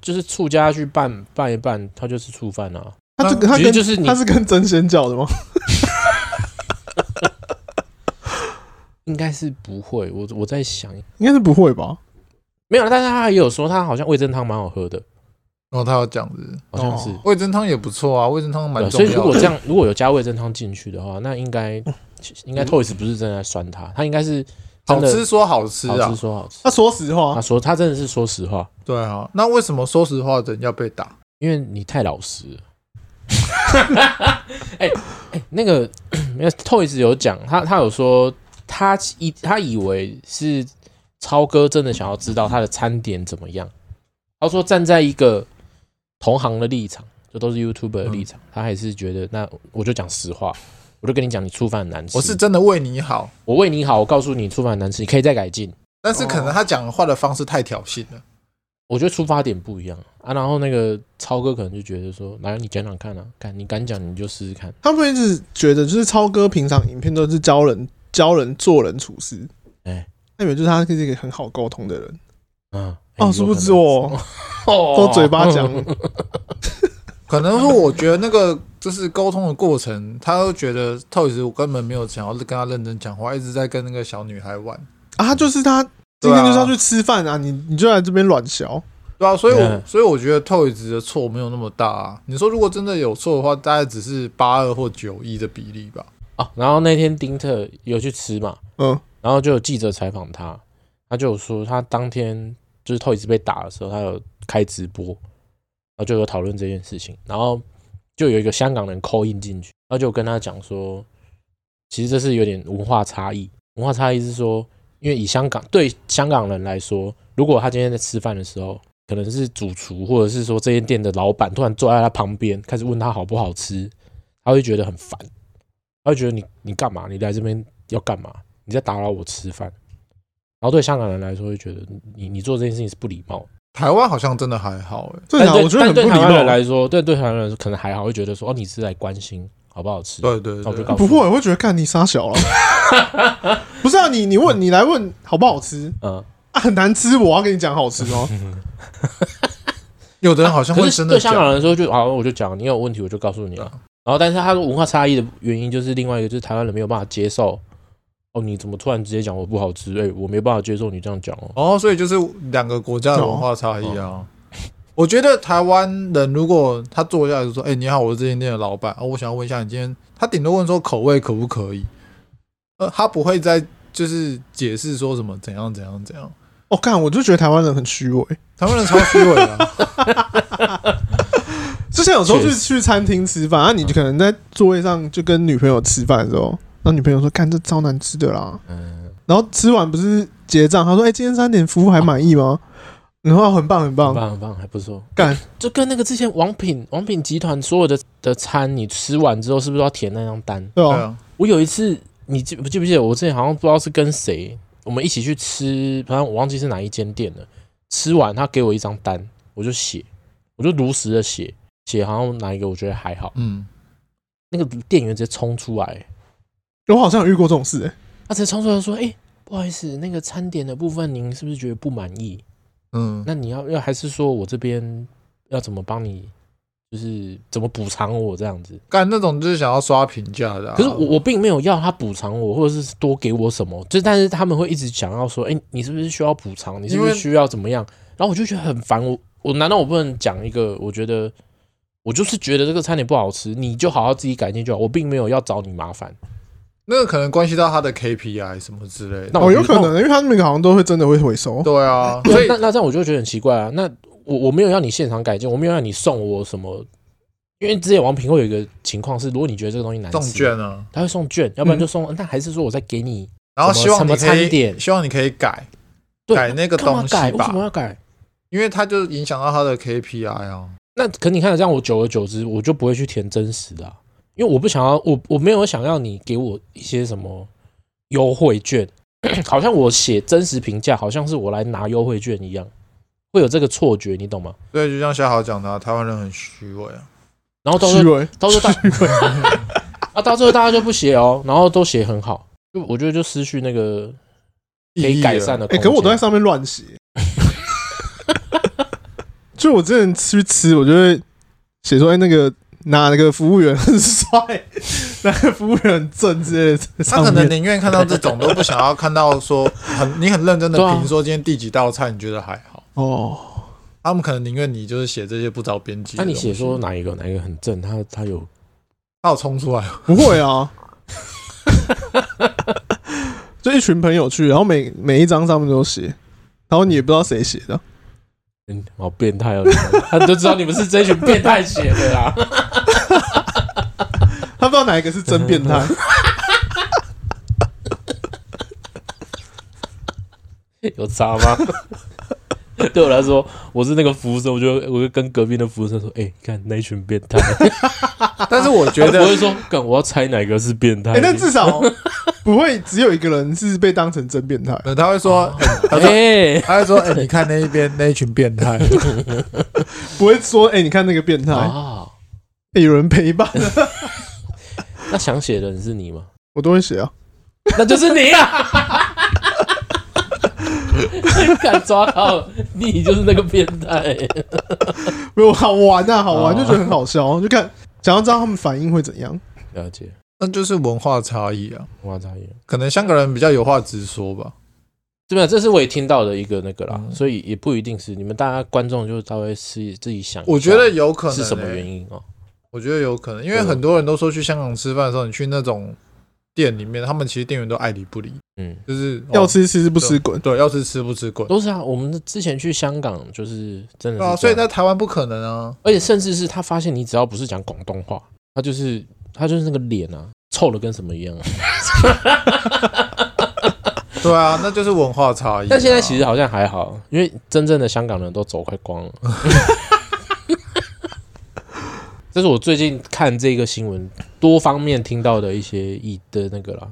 [SPEAKER 2] 就是醋加下去拌拌一拌，它就是醋饭啊。
[SPEAKER 3] 他这个他
[SPEAKER 2] 其实
[SPEAKER 3] 跟
[SPEAKER 2] 就是你
[SPEAKER 3] 他是跟真仙教的吗？
[SPEAKER 2] 应该是不会。我我在想，
[SPEAKER 3] 应该是不会吧？
[SPEAKER 2] 没有，但是他也有说他好像味噌汤蛮好喝的，
[SPEAKER 1] 然后哦他要这样子，
[SPEAKER 2] 好像是。
[SPEAKER 3] 哦
[SPEAKER 1] 味噌汤也不错啊，味噌汤蛮
[SPEAKER 2] 对
[SPEAKER 1] 重
[SPEAKER 2] 所
[SPEAKER 1] 要
[SPEAKER 2] 以
[SPEAKER 1] 的。
[SPEAKER 2] 如果这样，如果有加味噌汤进去的话，那应该应该 Toys 不是真的在酸他，他应该是真
[SPEAKER 1] 好
[SPEAKER 2] 的
[SPEAKER 1] 吃说好吃
[SPEAKER 2] 好吃
[SPEAKER 1] 啊，
[SPEAKER 2] 说好吃。
[SPEAKER 3] 他说实
[SPEAKER 2] 他
[SPEAKER 3] 话，
[SPEAKER 2] 说他真的是说实话，
[SPEAKER 1] 对啊。那为什么说实话的人要被打？
[SPEAKER 2] 因为你太老实了。 [laughs] 哎哎、那个没有 Toys 有讲，他他有说他以他以为是超哥真的想要知道他的餐点怎么样。他说站在一个同行的立场，就都是 YouTuber 的立场，他还是觉得那我就讲实话，我就跟你讲，你触犯很难吃。
[SPEAKER 1] 我是真的为你好，
[SPEAKER 2] 我为你好，我告诉你触犯很难吃，你可以再改进。
[SPEAKER 1] 但是
[SPEAKER 2] 哦
[SPEAKER 1] 可能他讲话的方式太挑衅了。
[SPEAKER 2] 我觉得出发点不一样啊，然后那个超哥可能就觉得说，来你讲讲看啊，看你敢讲你就试试看。
[SPEAKER 3] 他们一直觉得就是超哥平常影片都是教人教人做人处事，
[SPEAKER 2] 哎
[SPEAKER 3] 他以为就是他是一个很好沟通的人。
[SPEAKER 2] 嗯，
[SPEAKER 3] 哦，殊不知我
[SPEAKER 2] 都
[SPEAKER 3] 都嘴巴讲，
[SPEAKER 1] 可能是我觉得那个就是沟通的过程，他都觉得 Toys 我根本没有想要跟他认真讲话，一直在跟那个小女孩玩，
[SPEAKER 3] 啊，就是他今
[SPEAKER 1] 对啊
[SPEAKER 3] 天就是要去吃饭啊，你你就来这边乱嚼。
[SPEAKER 1] 对啊，所以我、
[SPEAKER 2] 嗯
[SPEAKER 1] 所以我觉得 Toys 的错没有那么大、啊。你说如果真的有错的话，大概只是八二或九一的比例吧。
[SPEAKER 2] [laughs] 哦，然后那天丁特有去吃嘛，
[SPEAKER 3] 嗯，
[SPEAKER 2] 然后就有记者采访他，他就有说他当天就是头一次被打的时候，他有开直播，然后就有讨论这件事情，然后就有一个香港人扣印进去，然后就跟他讲说，其实这是有点文化差异，文化差异是说，因为以香港对香港人来说，如果他今天在吃饭的时候。可能是主厨，或者是说这间店的老板突然坐在他旁边，开始问他好不好吃，他会觉得很烦，他会觉得你你干嘛？你来这边要干嘛？你在打扰我吃饭。然后对香港人来说，会觉得你你做这件事情是不礼貌。
[SPEAKER 1] 台湾好像真的还好、欸，
[SPEAKER 3] 对啊，
[SPEAKER 2] 但
[SPEAKER 3] 我觉得
[SPEAKER 2] 但
[SPEAKER 3] 很不
[SPEAKER 2] 哎对
[SPEAKER 3] 礼
[SPEAKER 2] 台湾
[SPEAKER 3] 貌。
[SPEAKER 2] 人来说，对对台湾人来说可能还好，会觉得说哦，你是来关心好不好吃。
[SPEAKER 1] 对对
[SPEAKER 2] 哦那我
[SPEAKER 1] 对
[SPEAKER 2] 就告，诉
[SPEAKER 3] 啊不会，我会觉得干你傻小
[SPEAKER 2] [laughs]
[SPEAKER 3] 了。不是啊，你你问你来问好不好吃
[SPEAKER 2] 嗯，
[SPEAKER 3] 啊，很难吃，我要跟你讲好吃
[SPEAKER 2] [laughs]
[SPEAKER 3] 哦。
[SPEAKER 1] 有的人好像
[SPEAKER 2] 可
[SPEAKER 1] 会
[SPEAKER 2] 是
[SPEAKER 1] 真的
[SPEAKER 2] 对香港
[SPEAKER 1] 讲，
[SPEAKER 2] 人来说就好，我就讲，你有问题我就告诉你
[SPEAKER 3] 嗯
[SPEAKER 2] 啊。然后，但是他文化差异的原因就是另外一个，就是台湾人没有办法接受。哦，你怎么突然直接讲我不好吃？哎、我没办法接受你这样讲哦。
[SPEAKER 1] 哦，所以就是两个国家的文化差异啊。我觉得台湾人如果他坐下来就说：“哎、你好，我是这间店的老板，哦，我想要问一下你今天……”他顶多问说口味可不可以，呃，他不会再就是解释说什么怎样怎样怎样。
[SPEAKER 3] 我哦干，我就觉得台湾人很虚伪。
[SPEAKER 1] 台湾人超虚伪的啊、
[SPEAKER 2] [laughs]
[SPEAKER 3] 之前有时候
[SPEAKER 2] 确
[SPEAKER 3] 去
[SPEAKER 2] 实
[SPEAKER 3] 去餐厅吃饭，啊，你就可能在座位上就跟女朋友吃饭的时候，那女朋友说：“干，这超难吃的啦。
[SPEAKER 2] 嗯，”
[SPEAKER 3] 然后吃完不是结账，她说：“哎、今天三点服务还满意吗？”然后很棒很
[SPEAKER 2] 很
[SPEAKER 3] 棒，
[SPEAKER 2] 棒很棒，还不错。哎
[SPEAKER 3] 干
[SPEAKER 2] 就跟那个之前王品王品集团所有的的餐，你吃完之后是不是要填那张单？
[SPEAKER 3] 对
[SPEAKER 1] 对
[SPEAKER 3] 吧？
[SPEAKER 1] 啊，
[SPEAKER 2] 我有一次，你记不记不记得？我之前好像不知道是跟谁，我们一起去吃，反正我忘记是哪一间店了。吃完他给我一张单，我就写，我就如实的写，写好像哪一个我觉得还好，
[SPEAKER 1] 嗯，
[SPEAKER 2] 那个店员直接冲出来，
[SPEAKER 3] 我好像有遇过这种事，哎，
[SPEAKER 2] 他直接冲出来说：“哎、不好意思，那个餐点的部分您是不是觉得不满意？
[SPEAKER 1] 嗯，
[SPEAKER 2] 那你要要还是说我这边要怎么帮你，就是怎么补偿我这样子？”
[SPEAKER 1] 干那种就是想要刷评价的啊、
[SPEAKER 2] 可是我我并没有要他补偿我，或者是多给我什么，就但是他们会一直想要说，哎、你是不是需要补偿？你是不
[SPEAKER 1] 因
[SPEAKER 2] 是
[SPEAKER 1] 为
[SPEAKER 2] 需要怎么样？然后我就觉得很烦，我我难道我不能讲一个？我觉得我就是觉得这个餐点不好吃，你就好好自己改进就好，我并没有要找你麻烦。
[SPEAKER 1] 那个可能关系到他的 KPI 什么之类的。
[SPEAKER 2] 那我
[SPEAKER 3] 哦，
[SPEAKER 2] 觉
[SPEAKER 3] 有
[SPEAKER 2] 得
[SPEAKER 3] 可能，因为他们好像都会真的会回收，
[SPEAKER 1] 对啊，所以
[SPEAKER 2] 那那这样我就觉得很奇怪啊。那我我没有要你现场改进，我没有要你送我什么，因为之前王平会有一个情况是，如果你觉得这个东西难吃，
[SPEAKER 1] 中券啊，
[SPEAKER 2] 他会送券，要不然就送，那还是说我再给你
[SPEAKER 1] 然后希望你
[SPEAKER 2] 什么
[SPEAKER 1] 可
[SPEAKER 2] 餐
[SPEAKER 1] 以，
[SPEAKER 2] 点
[SPEAKER 1] 希望你可以改
[SPEAKER 2] 对
[SPEAKER 1] 改那个
[SPEAKER 2] 干嘛
[SPEAKER 1] 东西
[SPEAKER 2] 改？为什么
[SPEAKER 1] 吧，
[SPEAKER 2] 要改？
[SPEAKER 1] 因为他就影响到他的 KPI 啊。
[SPEAKER 2] 那可你看，这样我久而久之，我就不会去填真实的啊、因为我不想要，我我没有想要你给我一些什么优惠券， [clears throat] 好像我写真实评价，好像是我来拿优惠券一样，会有这个错觉，你懂吗？
[SPEAKER 1] 所以就像夏豪讲的啊、台湾人很虚伪啊。
[SPEAKER 2] 然后到
[SPEAKER 3] 虚
[SPEAKER 2] 时候，
[SPEAKER 3] 伪，
[SPEAKER 2] 到时候大啊，到最后大家就不写哦，然后都写很好，就我觉得就失去那个可以改善的
[SPEAKER 3] 哎，
[SPEAKER 2] 空
[SPEAKER 3] 可
[SPEAKER 2] 间。
[SPEAKER 3] 我都在上面乱写， [laughs] 就我之前去吃，我就会写说，哎，那个哪个服务员很帅，哪个服务员很正之类的在
[SPEAKER 1] 他
[SPEAKER 3] 上
[SPEAKER 1] 可
[SPEAKER 3] 面，
[SPEAKER 1] 能宁愿看到这种，都不想要看到说很 [laughs] 你很认真的
[SPEAKER 2] 对啊
[SPEAKER 1] 评说今天第几道菜你觉得还好。
[SPEAKER 3] 哦，
[SPEAKER 1] 他们可能宁愿你就是写这些不着边际的
[SPEAKER 2] 那
[SPEAKER 1] 东
[SPEAKER 2] 你
[SPEAKER 1] 西。
[SPEAKER 2] 写说哪一个哪一个很正，他他有
[SPEAKER 1] 他有冲出来，
[SPEAKER 3] 不会啊。 [laughs] 就一群朋友去，然后每每一张上面都写，然后你也不知道谁写的，
[SPEAKER 2] 嗯，好变态哦！你们 [laughs] 他就知道你们是这群变态写的啦。 [laughs]
[SPEAKER 3] 他不知道哪一个是真变态。
[SPEAKER 2] 有差吗？ [laughs] 对我来说，我是那个服务生，我就我就跟隔壁的服务生说：“哎、看那一群变态。
[SPEAKER 1] 但是我”觉
[SPEAKER 2] 他不会
[SPEAKER 1] 得
[SPEAKER 2] 说：“干， [laughs] 我要猜哪个是变态。
[SPEAKER 3] 哎、但至少不会只有一个人是被当成真变态。
[SPEAKER 1] 呃他会说，
[SPEAKER 2] 哦
[SPEAKER 1] 欸他说
[SPEAKER 2] 哎，
[SPEAKER 1] 他会说，哎，你看那一边那一群变态， [laughs]
[SPEAKER 3] 不会说，哎、你看那个变态、
[SPEAKER 2] 啊，
[SPEAKER 3] 哎有人陪伴， [laughs]
[SPEAKER 2] 那想写的人是你吗？ [laughs]
[SPEAKER 3] 我都会写啊。
[SPEAKER 2] 那就是你啊！ [laughs] 敢抓到你就是那个变态， [laughs]
[SPEAKER 3] 没有好玩啊，好玩，
[SPEAKER 2] 哦
[SPEAKER 3] 就觉得很好笑， [laughs] 就看想要知道他们反应会怎样。
[SPEAKER 2] 了解。
[SPEAKER 1] 那就是文化差异啊。
[SPEAKER 2] 哇，差异。
[SPEAKER 1] 可能香港人比较有话直说吧。
[SPEAKER 2] 对吧？这是我也听到的一个那个啦，
[SPEAKER 1] 嗯
[SPEAKER 2] 所以也不一定是你们大家观众就稍微是自己想一下，
[SPEAKER 1] 我觉得有可能、欸
[SPEAKER 2] 是什么原
[SPEAKER 1] 因？
[SPEAKER 2] 因哦？
[SPEAKER 1] 我觉得有可能，因为
[SPEAKER 2] 对啊
[SPEAKER 1] 很多人都说去香港吃饭的时候，你去那种店里面，他们其实店员都爱理不理，
[SPEAKER 2] 嗯，
[SPEAKER 1] 就是哦
[SPEAKER 3] 要吃吃不吃滚，
[SPEAKER 1] 对，要吃吃不吃滚。
[SPEAKER 2] 都是啊，我们之前去香港就是真
[SPEAKER 1] 对
[SPEAKER 2] 的是这
[SPEAKER 1] 啊，
[SPEAKER 2] 样，
[SPEAKER 1] 所以在台湾不可能啊。
[SPEAKER 2] 而且甚至是他发现你只要不是讲广东话，他就是他就是那个脸啊，臭的跟什么一样、
[SPEAKER 1] 哎
[SPEAKER 2] 啊。
[SPEAKER 1] 对啊， [laughs] 那就是文化差异啊、
[SPEAKER 2] 但现在其实好像还好，因为真正的香港人都走快光了。 [laughs] 这是我最近看这个新闻多方面听到的一些意的那个啦，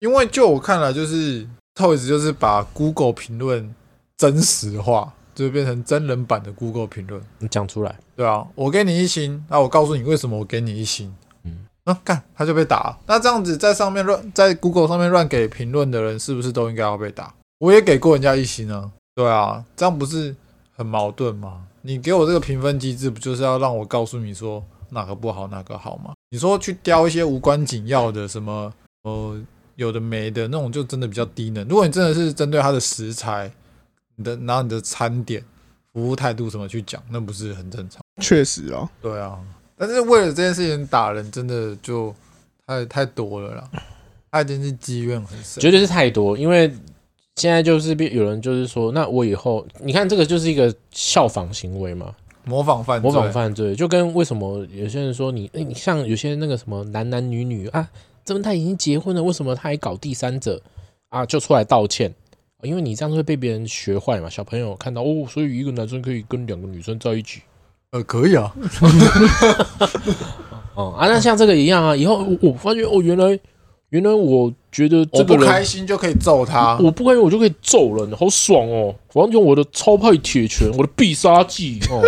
[SPEAKER 1] 因为就我看来，就是 Toys 就是把 Google 评论真实化，就变成真人版的 Google 评论。
[SPEAKER 2] 你讲出来，
[SPEAKER 1] 对啊，我给你一星，那、我告诉你为什么我给你一星。
[SPEAKER 2] 嗯
[SPEAKER 1] 嗯，那、干他就被打了。那这样子在上面乱在 Google 上面乱给评论的人，是不是都应该要被打？我也给过人家一星呢。对啊，这样不是很矛盾吗？你给我这个评分机制，不就是要让我告诉你说哪个不好，哪个好吗？你说去雕一些无关紧要的什么呃有的没的那种，就真的比较低能。如果你真的是针对它的食材，你的拿你的餐点、服务态度什么去讲，那不是很正常？
[SPEAKER 3] 确实啊，
[SPEAKER 1] 对啊，但是为了这件事情打人，真的就太太多了
[SPEAKER 2] [laughs]
[SPEAKER 1] 啦。他已经是积怨很深，
[SPEAKER 2] 绝对是太多，因为现在就是变有人就是说，那我以后你看这个就是一个效仿行为嘛，
[SPEAKER 1] 模仿犯罪，
[SPEAKER 2] 模仿犯罪，就跟为什么有些人说你，诶你像有些那个什么男男女啊女啊，怎么他已经结婚了，为什么他还搞第三者啊？就出来道歉，因为你这样会被别人学坏嘛。小朋友看到哦，所以一个男生可以跟两个女生在一起。
[SPEAKER 1] 呃，可以啊，
[SPEAKER 2] 哦、啊，那像这个一样啊，以后我我发觉哦，原来原来我觉得
[SPEAKER 1] 我
[SPEAKER 2] 这个
[SPEAKER 1] 不
[SPEAKER 2] 人
[SPEAKER 1] 开心就可以揍他。
[SPEAKER 2] 我不开心，我就可以揍人，好爽哦！我要用我的超派铁拳，我的必杀技 [laughs] 哦，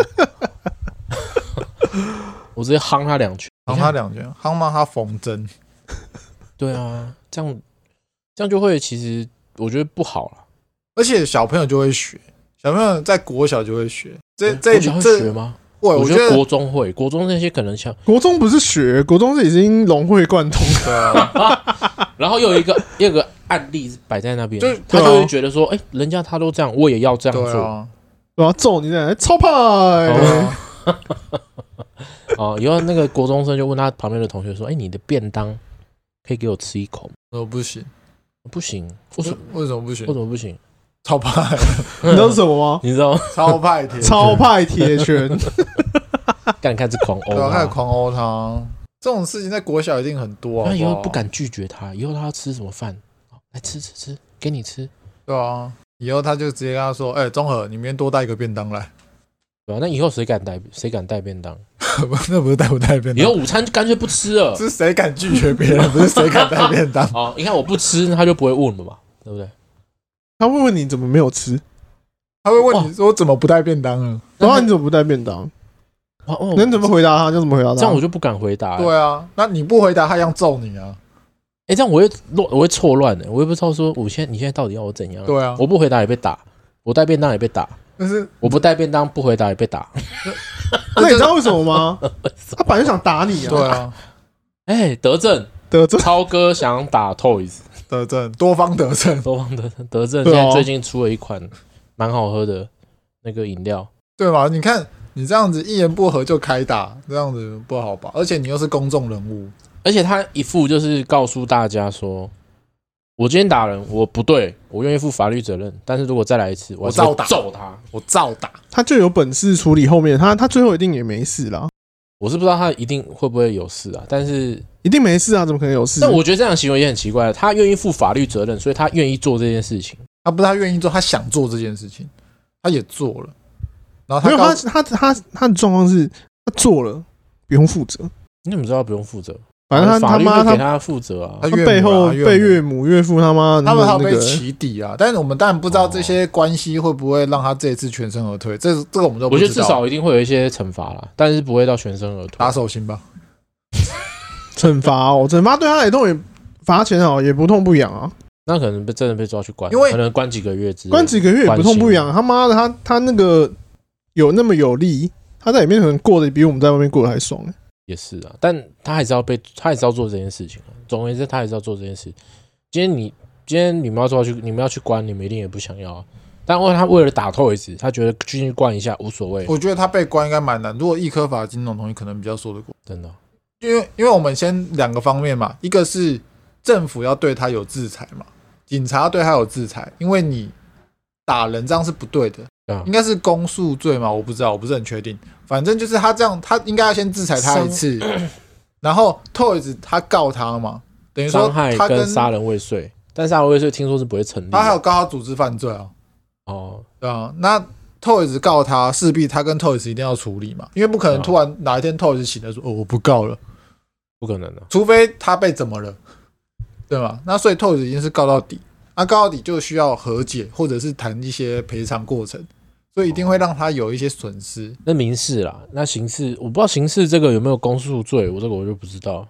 [SPEAKER 2] 我直接夯他两拳。
[SPEAKER 1] 然后他两拳，夯骂他缝针，
[SPEAKER 2] 对啊，这样这样就会其实我觉得不好了。
[SPEAKER 1] 而且小朋友就会学，小朋友在国小就会学。这
[SPEAKER 2] 嗯
[SPEAKER 1] 这
[SPEAKER 2] 国小会学
[SPEAKER 1] 这，
[SPEAKER 2] 吗？
[SPEAKER 1] 我
[SPEAKER 2] 我
[SPEAKER 1] 我
[SPEAKER 2] 觉
[SPEAKER 1] 觉
[SPEAKER 2] 得
[SPEAKER 1] 得
[SPEAKER 2] 国中会，国中那些可能像，
[SPEAKER 3] 国中不是学，国中是已经融会贯通。
[SPEAKER 1] 对啊
[SPEAKER 2] 然后又有一个 [laughs] 又有一个案例是摆在那边，
[SPEAKER 1] 就
[SPEAKER 2] 他
[SPEAKER 3] 对啊
[SPEAKER 2] 就会觉得说，哎、人家他都这样，我也要这样
[SPEAKER 1] 对
[SPEAKER 2] 做啊、
[SPEAKER 1] 啊，
[SPEAKER 3] 我要揍你在超派，
[SPEAKER 2] 哦啊以后那个国中生就问他旁边的同学说，哎、你的便当可以给我吃一口吗？
[SPEAKER 1] 我不行，
[SPEAKER 2] 不行，为什么
[SPEAKER 1] 为什么不行
[SPEAKER 2] 为什？么不行？
[SPEAKER 1] 超
[SPEAKER 2] [laughs]
[SPEAKER 1] 派，
[SPEAKER 3] [laughs] 你知道是什么吗？
[SPEAKER 2] 你知道吗？
[SPEAKER 1] 超派铁拳，
[SPEAKER 3] 超派铁拳，
[SPEAKER 2] 干开始狂殴
[SPEAKER 1] 对啊，开始
[SPEAKER 2] 他，
[SPEAKER 1] 狂殴他。这种事情在国小一定很多啊，
[SPEAKER 2] 那以后
[SPEAKER 1] 好
[SPEAKER 2] 不
[SPEAKER 1] 好
[SPEAKER 2] 敢拒绝他，以后他要吃什么饭，好来吃吃吃，给你吃，
[SPEAKER 1] 对啊，以后他就直接跟他说：“哎、综合，你明天多带一个便当来。 [laughs]
[SPEAKER 2] 对吧、那以后谁敢带谁敢带便当？”
[SPEAKER 1] 不，那不是带不带便
[SPEAKER 2] 以后
[SPEAKER 1] 当，
[SPEAKER 2] 午餐干脆不吃
[SPEAKER 1] [laughs]
[SPEAKER 2] 了。。
[SPEAKER 1] 是谁敢拒绝别人，不是谁敢带便当 [laughs]
[SPEAKER 2] 哦，你看我不吃，他就不会问我们嘛，对不对？
[SPEAKER 3] 他会问你怎么没有吃，
[SPEAKER 1] 他会问你说：“怎么不带便当啊了
[SPEAKER 3] 然后你怎么不带便当？
[SPEAKER 2] 哇哦，
[SPEAKER 3] 能怎么回答他就怎么回答他。
[SPEAKER 2] 这样我就不敢回答、？”哎、
[SPEAKER 1] 对啊，那你不回答，他一样揍你啊。
[SPEAKER 2] 这样我会乱，我会错乱的、我也不知道说我现在你现在到底要我怎样、
[SPEAKER 1] 对啊，
[SPEAKER 2] 呃我不回答也被打，我带便当也被打，
[SPEAKER 1] 但是
[SPEAKER 2] 我不带便当不回答也被打。
[SPEAKER 3] 那你知道为什么吗？他本来就想打你
[SPEAKER 1] 对
[SPEAKER 3] 啊，
[SPEAKER 1] 啊，
[SPEAKER 2] 哎、德政
[SPEAKER 3] 得这
[SPEAKER 2] 超哥想打 Toys，
[SPEAKER 1] 得正多方得正，
[SPEAKER 2] 多方德政德政现
[SPEAKER 3] 对啊
[SPEAKER 2] 在最近出了一款蛮好喝的那个饮料，
[SPEAKER 1] [laughs] 对吧？你看你这样子一言不合就开打，这样子不好吧？而且你又是公众人物，
[SPEAKER 2] 而且他一副就是告诉大家说，我今天打人我不对，我愿意负法律责任，但是如果再来一次，我还是
[SPEAKER 1] 我
[SPEAKER 2] 会
[SPEAKER 1] 照打
[SPEAKER 2] 揍他。
[SPEAKER 1] 我照打。
[SPEAKER 3] 他就有本事处理后面，他他最后一定也没事啦，
[SPEAKER 2] 我是不知道他一定会不会有事啊，但是
[SPEAKER 3] 一定没事啊，怎么可能有事？
[SPEAKER 2] 但我觉得这样的行为也很奇怪，啊他愿意负法律责任，所以他愿意做这件事情。
[SPEAKER 1] 他不是他愿意做，他想做这件事情，他也做了。然后
[SPEAKER 3] 没有
[SPEAKER 1] 啊他告
[SPEAKER 3] 他他他他的状况是，他做了不用负责，
[SPEAKER 2] 你怎么知道不用负责？啊
[SPEAKER 3] 反
[SPEAKER 1] 啊
[SPEAKER 3] 正他
[SPEAKER 2] 法
[SPEAKER 3] 他
[SPEAKER 2] 律
[SPEAKER 3] 妈
[SPEAKER 2] 会
[SPEAKER 3] 他
[SPEAKER 2] 给他负责啊
[SPEAKER 1] 他。
[SPEAKER 3] 他
[SPEAKER 1] 岳母啊
[SPEAKER 3] 背后
[SPEAKER 1] 岳母
[SPEAKER 3] 被岳母岳父他妈
[SPEAKER 1] 他们还有
[SPEAKER 3] 那
[SPEAKER 1] 被
[SPEAKER 3] 个
[SPEAKER 1] 起底啊，但是我们当然不知道这些关系会不会让他这一次全身而退，这这个我们都不
[SPEAKER 2] 我觉得
[SPEAKER 1] 知
[SPEAKER 2] 至
[SPEAKER 1] 道。
[SPEAKER 2] 少一定会有一些惩罚啦，但是不会到全身而退
[SPEAKER 1] 打。手心吧，
[SPEAKER 3] 惩罚哦，惩罚对他来动也罚钱哦，也不痛不痒啊，
[SPEAKER 2] 那可能被真的被抓去关，
[SPEAKER 1] 因为
[SPEAKER 2] 可能关几个月之类的
[SPEAKER 3] 关几个月也不痛不痒。他妈的，他他那个有那么有力，他在里面可能过得比我们在外面过得还爽、欸。
[SPEAKER 2] 也是啊，但他还是要被，他还是要做这件事情啊。总而言之，他还是要做这件事。今天你今天你们要抓去，你们要去关，你们一定也不想要啊。但为他为了打透一次，他觉得进去关一下无所谓，
[SPEAKER 1] 我觉得他被关应该蛮难。如果一颗罚金那种东西，可能比较说得过，
[SPEAKER 2] 真的。
[SPEAKER 1] 因为因为我们先两个方面嘛，一个是政府要对他有制裁嘛，警察对他有制裁，因为你打人这样是不对的，
[SPEAKER 2] 对啊
[SPEAKER 1] 应该是公诉罪嘛，我不知道，我不是很确定。反正就是他这样，他应该要先制裁他一次，然后 Toys 他告他嘛，等于说
[SPEAKER 2] 伤害
[SPEAKER 1] 他
[SPEAKER 2] 跟杀人未遂，但杀人未遂听说是不会成立的。
[SPEAKER 1] 他还有告他组织犯罪啊，
[SPEAKER 2] 哦，
[SPEAKER 1] 对啊，那 Toys 告他，势必他跟 Toys 一定要处理嘛，因为不可能
[SPEAKER 2] 啊
[SPEAKER 1] 突然哪一天 Toys 醒来说哦我不告了，
[SPEAKER 2] 不可能啊的、
[SPEAKER 1] 除非他被怎么了，对吗？那所以 Toys 已经是告到底，啊，告到底就需要和解或者是谈一些赔偿过程，所以一定会让他有一些损失。
[SPEAKER 2] 那民事啦，那刑事我不知道刑事这个有没有公诉罪，我这个我就不知道。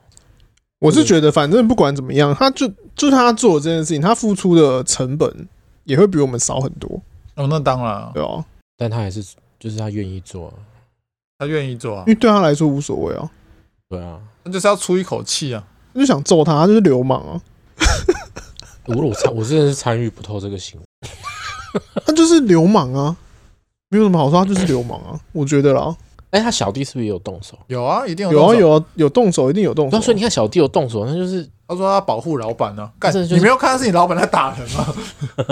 [SPEAKER 3] 我是觉得，反正不管怎么样，他就就是他做的这件事情，他付出的成本也会比我们少很多，
[SPEAKER 1] 哦，那当然啊，
[SPEAKER 3] 对吧、啊？
[SPEAKER 2] 但他还是就是他愿意做、啊，
[SPEAKER 1] 他愿意做啊
[SPEAKER 3] 因，为对他来说无所谓啊，
[SPEAKER 2] 对啊。
[SPEAKER 1] 那就是要出一口气啊。
[SPEAKER 3] 他就想揍他，他就是流氓啊，
[SPEAKER 2] 我我参我真的是参与不透这个行为，
[SPEAKER 3] 他就是流氓啊，没有什么好说，他就是流氓啊，我觉得啦，
[SPEAKER 2] 哎、他小弟是不是也有动手？
[SPEAKER 1] 有啊，一定有
[SPEAKER 3] 有啊
[SPEAKER 1] 动手。
[SPEAKER 3] 有啊有动手，一定有动
[SPEAKER 1] 哦
[SPEAKER 2] 对啊，
[SPEAKER 3] 手
[SPEAKER 2] 所以。你看小弟有动手，那就是
[SPEAKER 1] 他说他保护老板呢、啊，干、
[SPEAKER 2] 这就是
[SPEAKER 1] 你没有看到是你老板在打人啊吗？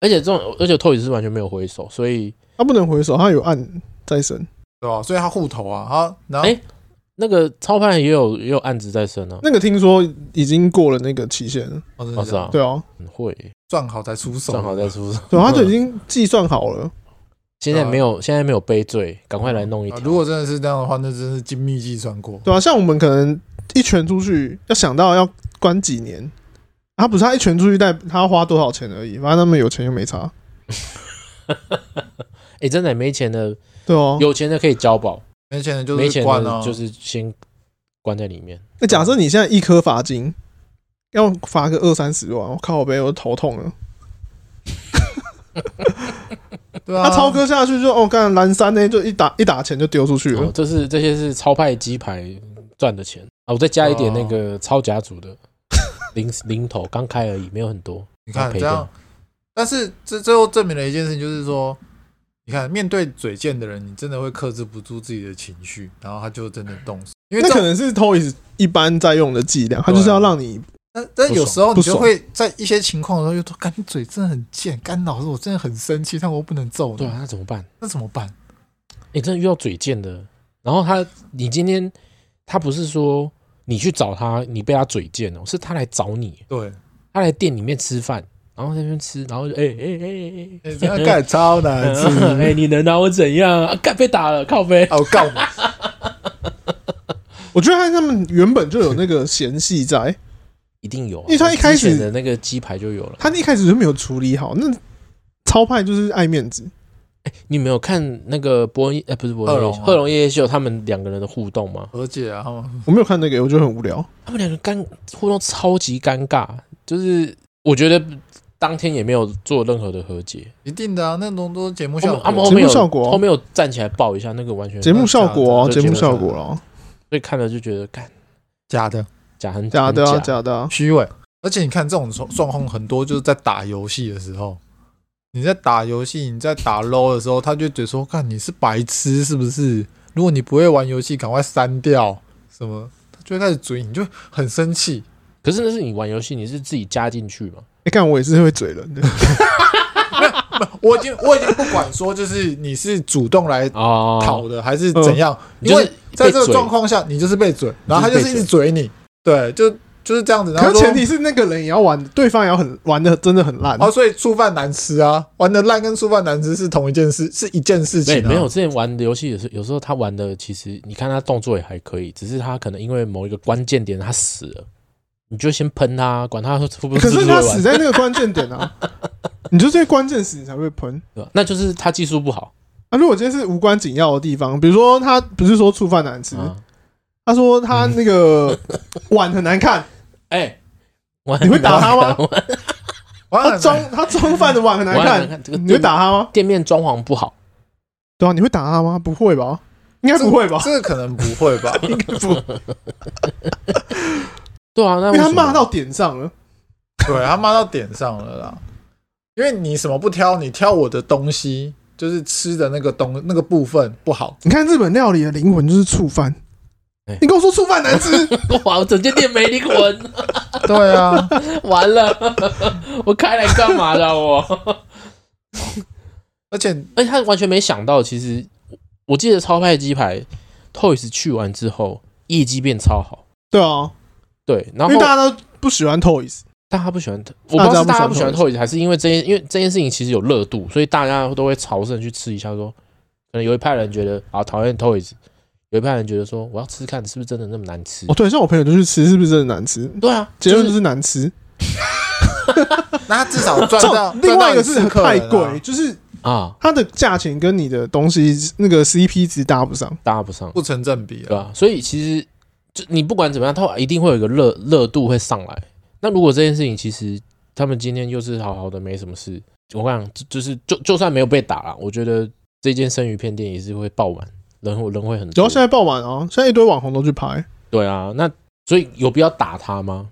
[SPEAKER 2] 而且这种，而且透也是完全没有回手，所以
[SPEAKER 3] 他不能回手，他有案在身。
[SPEAKER 1] 对吧、所以他护头啊，他然后、
[SPEAKER 2] 哎那个超派也有也有案子在身啊，
[SPEAKER 3] 那个听说已经过了那个期限了，
[SPEAKER 1] 哦真的
[SPEAKER 2] 哦是
[SPEAKER 1] 假的
[SPEAKER 2] 啊，
[SPEAKER 3] 对啊，
[SPEAKER 2] 很会欸、
[SPEAKER 1] 赚好才出手，
[SPEAKER 2] 正好在
[SPEAKER 1] [laughs]
[SPEAKER 2] 出手。
[SPEAKER 3] 对，他就已经计算好了。
[SPEAKER 2] 现在没有，现在没有背罪，赶快来弄一
[SPEAKER 1] 啊
[SPEAKER 2] 条。
[SPEAKER 1] 如果真的是这样的话，那真是精密计算过。
[SPEAKER 3] 对啊，像我们可能一拳出去，要想到要关几年，他不是他一拳出去带他要花多少钱而已，反正他们有钱又没差，
[SPEAKER 2] 哎、真的没钱的，
[SPEAKER 3] 对哦、
[SPEAKER 2] 有钱的可以交保，
[SPEAKER 1] 没钱的就
[SPEAKER 2] 没钱
[SPEAKER 1] 是关
[SPEAKER 2] 的
[SPEAKER 1] 啊，
[SPEAKER 2] 就是先关在里面。
[SPEAKER 3] 那假设你现在一颗罚金要罚个二三十万，我靠，我被我头痛了。
[SPEAKER 1] 对啊。
[SPEAKER 3] 他超哥下去就哦，干蓝山呢，就一打一打钱就丢出去了
[SPEAKER 1] 啊
[SPEAKER 3] [laughs]
[SPEAKER 2] 哦，。这是这些是超派鸡排赚的钱啊！我再加一点那
[SPEAKER 1] 哦
[SPEAKER 2] 个超甲组的零零头，刚开而已，没有很多。
[SPEAKER 1] 你
[SPEAKER 2] 要
[SPEAKER 1] 看
[SPEAKER 2] 赔
[SPEAKER 1] 这样，但是这最后证明了一件事情，就是说，你看面对嘴贱的人，你真的会克制不住自己的情绪，然后他就真的动手。因为
[SPEAKER 3] 那
[SPEAKER 1] 这
[SPEAKER 3] 可
[SPEAKER 1] 种，
[SPEAKER 3] 能是 Toys 一般在用的伎俩，他就是要让你
[SPEAKER 1] 但但有时候
[SPEAKER 3] 不
[SPEAKER 1] 你
[SPEAKER 3] 爽
[SPEAKER 1] 就会在一些情况的时候，就说：“干，你嘴真的很贱，干老师，我真的很生气，但我又不能揍
[SPEAKER 2] 对
[SPEAKER 1] 你
[SPEAKER 2] 啊，，那怎么办？
[SPEAKER 1] 那怎么办
[SPEAKER 2] 你真的遇到嘴贱的，然后他，你今天他不是说你去找他，你被他嘴贱哦，是他来找你，？”
[SPEAKER 1] 对，
[SPEAKER 2] 他来店里面吃饭，然后在那边吃，然后就哎哎哎
[SPEAKER 1] 哎这
[SPEAKER 2] [laughs]
[SPEAKER 1] 样干超难吃，
[SPEAKER 2] 哎， [laughs] 哎你能拿我怎样啊？干被打了，靠背。
[SPEAKER 1] 啊，我告你，
[SPEAKER 3] 我觉得他们原本就有那个嫌隙在，
[SPEAKER 2] 一定有啊、
[SPEAKER 3] 因为他一开始
[SPEAKER 2] 之前的那个鸡排就有了。
[SPEAKER 3] 他一开始就没有处理好。那超派就是爱面子，
[SPEAKER 2] 你没有看那个伯恩，呃，不是伯恩
[SPEAKER 1] 贺
[SPEAKER 2] 夜
[SPEAKER 1] 龙
[SPEAKER 2] 秀，
[SPEAKER 1] 啊
[SPEAKER 2] 贺龙夜夜秀他们两个人的互动吗？
[SPEAKER 1] 和解啊，他们
[SPEAKER 3] 我没有看那个，我觉得很无聊。
[SPEAKER 2] 他们两个尴互动超级尴尬，就是我觉得当天也没有做任何的和解。
[SPEAKER 1] 一定的啊，那种都是节目
[SPEAKER 2] 后
[SPEAKER 1] 效
[SPEAKER 2] 面他们
[SPEAKER 1] 果
[SPEAKER 2] 后
[SPEAKER 3] 节目
[SPEAKER 2] 面有
[SPEAKER 3] 效果哦
[SPEAKER 2] 后面有站起来抱一下，那个完全
[SPEAKER 3] 节目效果哦，
[SPEAKER 2] 这
[SPEAKER 3] 节
[SPEAKER 2] 样
[SPEAKER 3] 目效果了，
[SPEAKER 2] 所以看了就觉得干
[SPEAKER 1] 假的，
[SPEAKER 2] 假很
[SPEAKER 3] 假的啊，
[SPEAKER 2] 很假
[SPEAKER 3] 假的啊。
[SPEAKER 1] 虚伪。而且你看这种状状况很多，就是在打游戏的时候，你在打游戏，你在打 low 的时候，他就嘴说：“看你是白痴是不是？如果你不会玩游戏，赶快删掉什么。”他就会开始嘴，你就很生气。
[SPEAKER 2] 可是那是你玩游戏，你是自己加进去嘛？
[SPEAKER 3] 哎，看我也是会嘴人的，
[SPEAKER 1] 我已经我已经不管说，就是你是主动来
[SPEAKER 2] 哦，
[SPEAKER 1] 讨的还是怎样，
[SPEAKER 2] 你
[SPEAKER 1] 因
[SPEAKER 2] 嗯就
[SPEAKER 1] 为
[SPEAKER 2] 是
[SPEAKER 1] 在
[SPEAKER 2] 被
[SPEAKER 1] 这个
[SPEAKER 2] 嘴
[SPEAKER 1] 状况下，你就是被嘴，然后他
[SPEAKER 2] 你就
[SPEAKER 1] 就是是
[SPEAKER 2] 被
[SPEAKER 1] 一直嘴你，对，就就是这样子。然
[SPEAKER 3] 可
[SPEAKER 1] 后
[SPEAKER 3] 是
[SPEAKER 1] 说
[SPEAKER 3] 前提是那个人也要玩，对方也要很玩的真的很烂。
[SPEAKER 1] 哦，所以触犯难吃啊，玩的烂跟触犯难吃是同一件事，是一件事情、
[SPEAKER 2] 对，
[SPEAKER 1] 啊。
[SPEAKER 2] 没有，之前玩的游戏也是，有时候他玩的其实你看他动作也还可以，只是他可能因为某一个关键点他死了，你就先喷他，管他是不 [laughs]
[SPEAKER 3] 可
[SPEAKER 2] 是不
[SPEAKER 3] 是
[SPEAKER 2] 是
[SPEAKER 3] 他
[SPEAKER 2] 会
[SPEAKER 3] 死
[SPEAKER 2] 玩，
[SPEAKER 3] 在那个关键点啊，你就在关键时你才会喷。
[SPEAKER 2] 对吧那就是他技术不好。
[SPEAKER 3] 啊，如果今天是无关紧要的地方，比如说他不是说触犯难吃，
[SPEAKER 2] 啊
[SPEAKER 3] 他说他那
[SPEAKER 2] [laughs]
[SPEAKER 3] 个碗很难看，
[SPEAKER 2] 哎，我
[SPEAKER 3] 你会打他
[SPEAKER 2] [laughs]
[SPEAKER 3] 吗？他
[SPEAKER 1] 玩很难，
[SPEAKER 3] 装他装饭的碗很难
[SPEAKER 2] 碗很难
[SPEAKER 3] 看
[SPEAKER 2] 看这个，
[SPEAKER 3] 你会打他吗？
[SPEAKER 2] 店面装潢不好，
[SPEAKER 3] 对啊，你会打他吗？不会吧？应该不会吧？
[SPEAKER 1] 这个可能不会
[SPEAKER 3] [laughs]
[SPEAKER 1] 吧？
[SPEAKER 3] 应该不，因
[SPEAKER 2] 对啊，
[SPEAKER 3] 为他
[SPEAKER 2] 那为什么
[SPEAKER 3] 骂到点上了。
[SPEAKER 1] 对他骂到点上了啦，因为你什么不挑，你挑我的东西，就是吃的那个东那个部分不好。
[SPEAKER 3] 你看日本料理的灵魂就是触犯
[SPEAKER 2] 哎，
[SPEAKER 3] 你跟我说触犯难吃，
[SPEAKER 2] [laughs] [laughs] 哇，我整间店没灵魂，
[SPEAKER 1] 对啊，
[SPEAKER 2] 完了， [laughs] 我开来干嘛的啊我？
[SPEAKER 1] [laughs]
[SPEAKER 2] [laughs]
[SPEAKER 1] 而且
[SPEAKER 2] 而且他完全没想到，其实我我记得超派鸡排 Toys 去完之后业绩变超好，
[SPEAKER 3] 对啊，
[SPEAKER 2] 对，然
[SPEAKER 3] 因为
[SPEAKER 2] 后
[SPEAKER 3] 大家都不喜欢 Toys，
[SPEAKER 2] 大家不喜欢，我不知道是大家不喜
[SPEAKER 3] 大家
[SPEAKER 2] 欢
[SPEAKER 3] 不喜欢
[SPEAKER 2] Toys 还是因为这件，因为这件事情其实有热度，所以大家都会朝圣去吃一下说，可能有一派人觉得啊讨厌 Toys，有一派人觉得说我要吃看是不是真的那么难吃
[SPEAKER 3] 哦，。对，像我朋友就去吃，是不是真的难吃？
[SPEAKER 2] 对啊，
[SPEAKER 3] 结
[SPEAKER 2] 就
[SPEAKER 3] 论就是是难吃。
[SPEAKER 1] 那他至少赚到，
[SPEAKER 3] 另外一个
[SPEAKER 1] 赚到你
[SPEAKER 3] 是
[SPEAKER 1] 四客
[SPEAKER 3] 太
[SPEAKER 1] 人啊
[SPEAKER 3] 贵，，就是
[SPEAKER 2] 啊，
[SPEAKER 3] 它的价钱跟你的东西那个 CP 值搭不上。
[SPEAKER 2] 搭不上，
[SPEAKER 1] 不成正比
[SPEAKER 2] 对
[SPEAKER 1] 啊。
[SPEAKER 2] 吧、所以其实就你不管怎么样，它一定会有一个热热度会上来。那如果这件事情其实他们今天就是好好的，没什么事，我跟你讲就就是就就算没有被打了，我觉得这间生鱼片店也是会爆满，人会人会很
[SPEAKER 3] 主
[SPEAKER 2] 多
[SPEAKER 3] 要。现在爆满啊，现在一堆网红都去拍，
[SPEAKER 2] 对啊，那所以有必要打他吗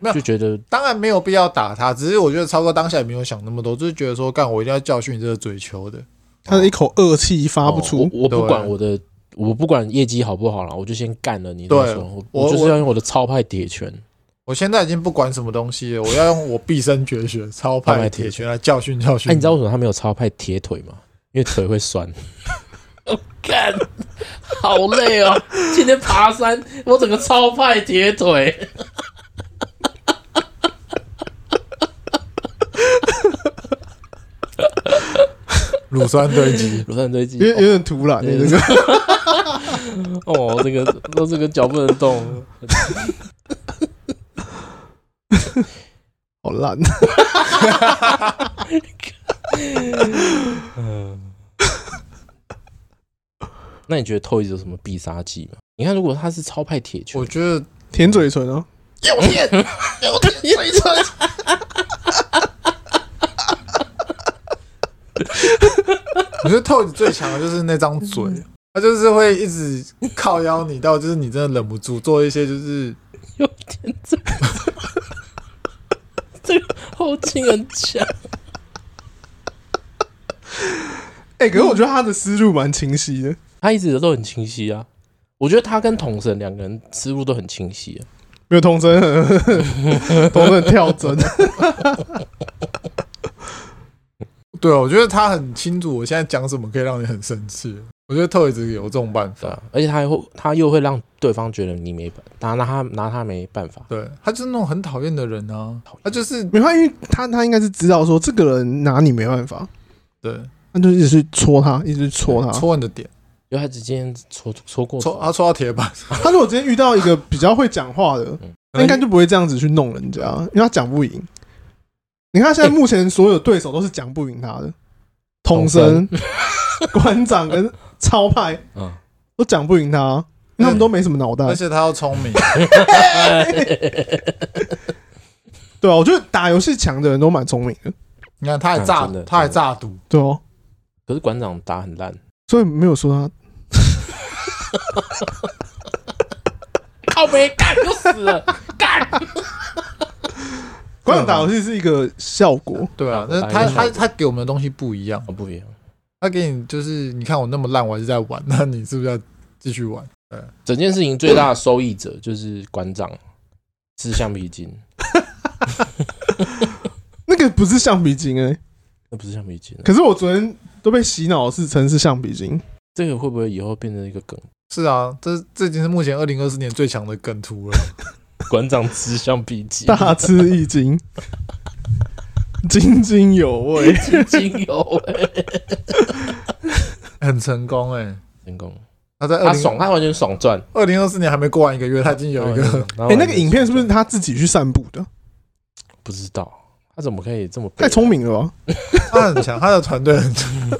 [SPEAKER 1] 没？有
[SPEAKER 2] 就觉得
[SPEAKER 1] 当然没有必要打他，只是我觉得超哥当下也没有想那么多，就是觉得说干我一定要教训你这个嘴球的。
[SPEAKER 3] 他的一口恶气发不
[SPEAKER 2] 哦
[SPEAKER 3] 出。
[SPEAKER 2] 我我不
[SPEAKER 1] 对啊
[SPEAKER 2] 管我的，我不管业绩好不好了，我就先干了你再
[SPEAKER 1] 对
[SPEAKER 2] 说。我
[SPEAKER 1] 我
[SPEAKER 2] 我就是
[SPEAKER 1] 我
[SPEAKER 2] 要用我的超派铁拳。
[SPEAKER 1] 我现在已经不管什么东西了，我要用我毕生绝学超派铁拳来教训教训。
[SPEAKER 2] 哎、你知道为什么他没有超派铁腿吗？因为腿会酸。 [laughs] 我哦干，好累哦！今天爬山，我整个超派铁腿。
[SPEAKER 1] 乳酸
[SPEAKER 3] [laughs]
[SPEAKER 1] 堆积，
[SPEAKER 2] 乳酸堆积
[SPEAKER 3] 有，有点突然，
[SPEAKER 2] 对
[SPEAKER 3] 这个
[SPEAKER 2] 哦，这个都这个脚不能动，
[SPEAKER 3] 好烂。
[SPEAKER 2] 嗯，那你觉得 Toys 有什么必杀技吗？你看，如果他是超派铁拳
[SPEAKER 1] 我，觉得
[SPEAKER 3] 舔嘴唇哦，
[SPEAKER 2] 要 [laughs] 舔，要舔嘴唇。
[SPEAKER 1] 我觉得透子最强的就是那张嘴，
[SPEAKER 2] 嗯
[SPEAKER 1] 他就是会一直靠邀你到，就是你真的忍不住做一些就是
[SPEAKER 2] 有点这个，这个后劲很强。
[SPEAKER 3] 哎、可是我觉得他的思路蛮清晰的，
[SPEAKER 2] 他一直都很清晰啊，我觉得他跟统神两个人思路都很清晰、啊。
[SPEAKER 3] 没有童真 [laughs] 很，童真很跳针。
[SPEAKER 1] 对啊，我觉得他很清楚我现在讲什么可以让你很生气。我觉得透子有这种办法，
[SPEAKER 2] 对啊，而且他还会，他又会让对方觉得你没办，拿拿他拿他没办法。
[SPEAKER 1] 对他就是那种很讨厌的人啊
[SPEAKER 2] 讨厌，
[SPEAKER 1] 他就是
[SPEAKER 3] 没关系，因为他他应该是知道说这个人拿你没办法，
[SPEAKER 1] 对
[SPEAKER 3] 那就一直去戳他，一直去戳他。
[SPEAKER 1] 嗯戳你的点，
[SPEAKER 2] 因为他之前戳戳过
[SPEAKER 1] 戳他啊戳到铁板，
[SPEAKER 3] 他如果今天遇到一个比较会讲话的，那应该就不会这样子去弄人家，因为他讲不赢。你看他现在目前所有对手都是讲不赢他的，统神、馆长跟超派
[SPEAKER 2] 嗯，
[SPEAKER 3] 都讲不赢他，啊因为他们都没什么脑袋
[SPEAKER 1] 而。且他要
[SPEAKER 2] [laughs]
[SPEAKER 1] 聪明，
[SPEAKER 3] 对啊，我觉得打游戏强的人都蛮聪明的，
[SPEAKER 1] 你看他还
[SPEAKER 2] 啊
[SPEAKER 1] 炸
[SPEAKER 2] 真的，
[SPEAKER 1] 他还炸赌，
[SPEAKER 3] 对哦，
[SPEAKER 2] 可是馆长打很烂，
[SPEAKER 3] 所以没有说他
[SPEAKER 2] 靠背干就死 [laughs] 了，干。
[SPEAKER 3] 馆长打游戏是一个效果，
[SPEAKER 1] 对啊，
[SPEAKER 2] 那
[SPEAKER 1] 那
[SPEAKER 2] 打
[SPEAKER 1] 他
[SPEAKER 2] 赢了
[SPEAKER 1] 他他给我们的东西不一样，
[SPEAKER 2] 哦，不一样，
[SPEAKER 1] 他给你就是你看我那么烂，我还是在玩，那你是不是要继续玩？
[SPEAKER 2] 整件事情最大的受益者就是馆长吃橡皮筋，
[SPEAKER 3] 那个不是橡皮筋哎、
[SPEAKER 2] 那不是橡皮筋啊，
[SPEAKER 3] 可是我昨天都被洗脑是成是橡皮筋，
[SPEAKER 2] 这个会不会以后变成一个梗？
[SPEAKER 1] 是啊，这这已经是目前二零二四年最强的梗图了。 [laughs]
[SPEAKER 2] 馆长吃橡皮筋，
[SPEAKER 3] 大吃一惊， [laughs] 津津有味。
[SPEAKER 2] 津津有味，
[SPEAKER 1] 很成功哎、
[SPEAKER 2] 成功。
[SPEAKER 1] 他在二
[SPEAKER 2] 他爽，
[SPEAKER 1] 零
[SPEAKER 2] 他完全爽赚。
[SPEAKER 1] 二零二四年还没过完一个月，他已经有
[SPEAKER 2] [laughs]
[SPEAKER 1] 一个
[SPEAKER 2] 哎
[SPEAKER 3] 哎、那个影片是不是他自己去散步的？
[SPEAKER 2] 不知道？他怎么可以这么
[SPEAKER 3] 太
[SPEAKER 2] 笨
[SPEAKER 3] 聪明了吧！
[SPEAKER 1] 他很强，他的团队很强。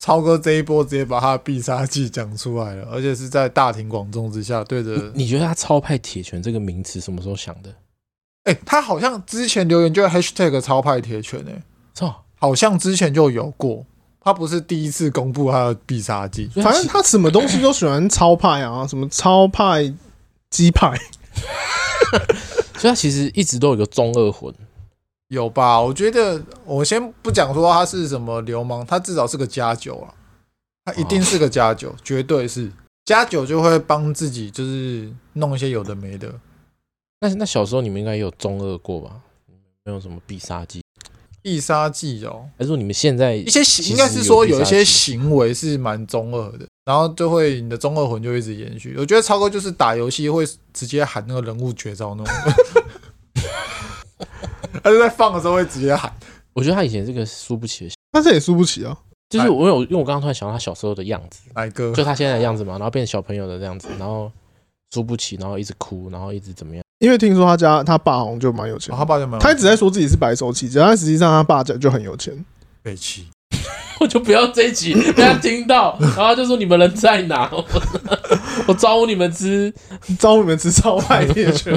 [SPEAKER 1] 超哥这一波直接把他的必杀技讲出来了，而且是在大庭广众之下对
[SPEAKER 2] [laughs]
[SPEAKER 1] 着。
[SPEAKER 2] 你觉得他超派铁拳这个名词什么时候想的？
[SPEAKER 1] 哎、他好像之前留言就 hashtag 超派铁拳哎、
[SPEAKER 2] 操！
[SPEAKER 1] 好像之前就有过。他不是第一次公布他的必杀技，
[SPEAKER 2] 所以他
[SPEAKER 3] 反正
[SPEAKER 2] 啊其
[SPEAKER 3] 他什么东西都喜欢超派啊，什么超派鸡派， [laughs]
[SPEAKER 2] 所以他其实一直都有一个中二魂，
[SPEAKER 1] 有吧？我觉得我先不讲说他是什么流氓，他至少是个加九啊，他一定是个加九，绝对是加九就会帮自己就是弄一些有的没的。
[SPEAKER 2] 那那小时候你们应该也有中二过吧？没有什么必杀技，
[SPEAKER 1] 必杀技哦，
[SPEAKER 2] 还是说你们现在
[SPEAKER 1] 一些行应该是说有一些行为是蛮中二的，然后就会你的中二魂就一直延续。我觉得超哥就是打游戏会直接喊那个人物绝招那种，他就在放的时候会直接喊。
[SPEAKER 2] 我觉得他以前这个输不起的，
[SPEAKER 3] 但是也输不起啊。
[SPEAKER 2] 就是我有，因为我刚刚突然想到他小时候的样子，
[SPEAKER 1] 来哥，
[SPEAKER 2] 就他现在的样子嘛，然后变成小朋友的样子，然后输不起，然后一直哭，然后一直怎么样？ [laughs]
[SPEAKER 3] 因为听说他家他爸好像就蛮有钱
[SPEAKER 1] 哦、，他爸就蛮有
[SPEAKER 3] 他一直在说自己是白手起家，但实际上他爸家就很有钱。
[SPEAKER 1] 北齐，
[SPEAKER 2] 我就不要这一集被他听到，然后他就说你们人在哪？ [laughs] 我我招呼你们吃
[SPEAKER 3] 招你们吃超派铁拳。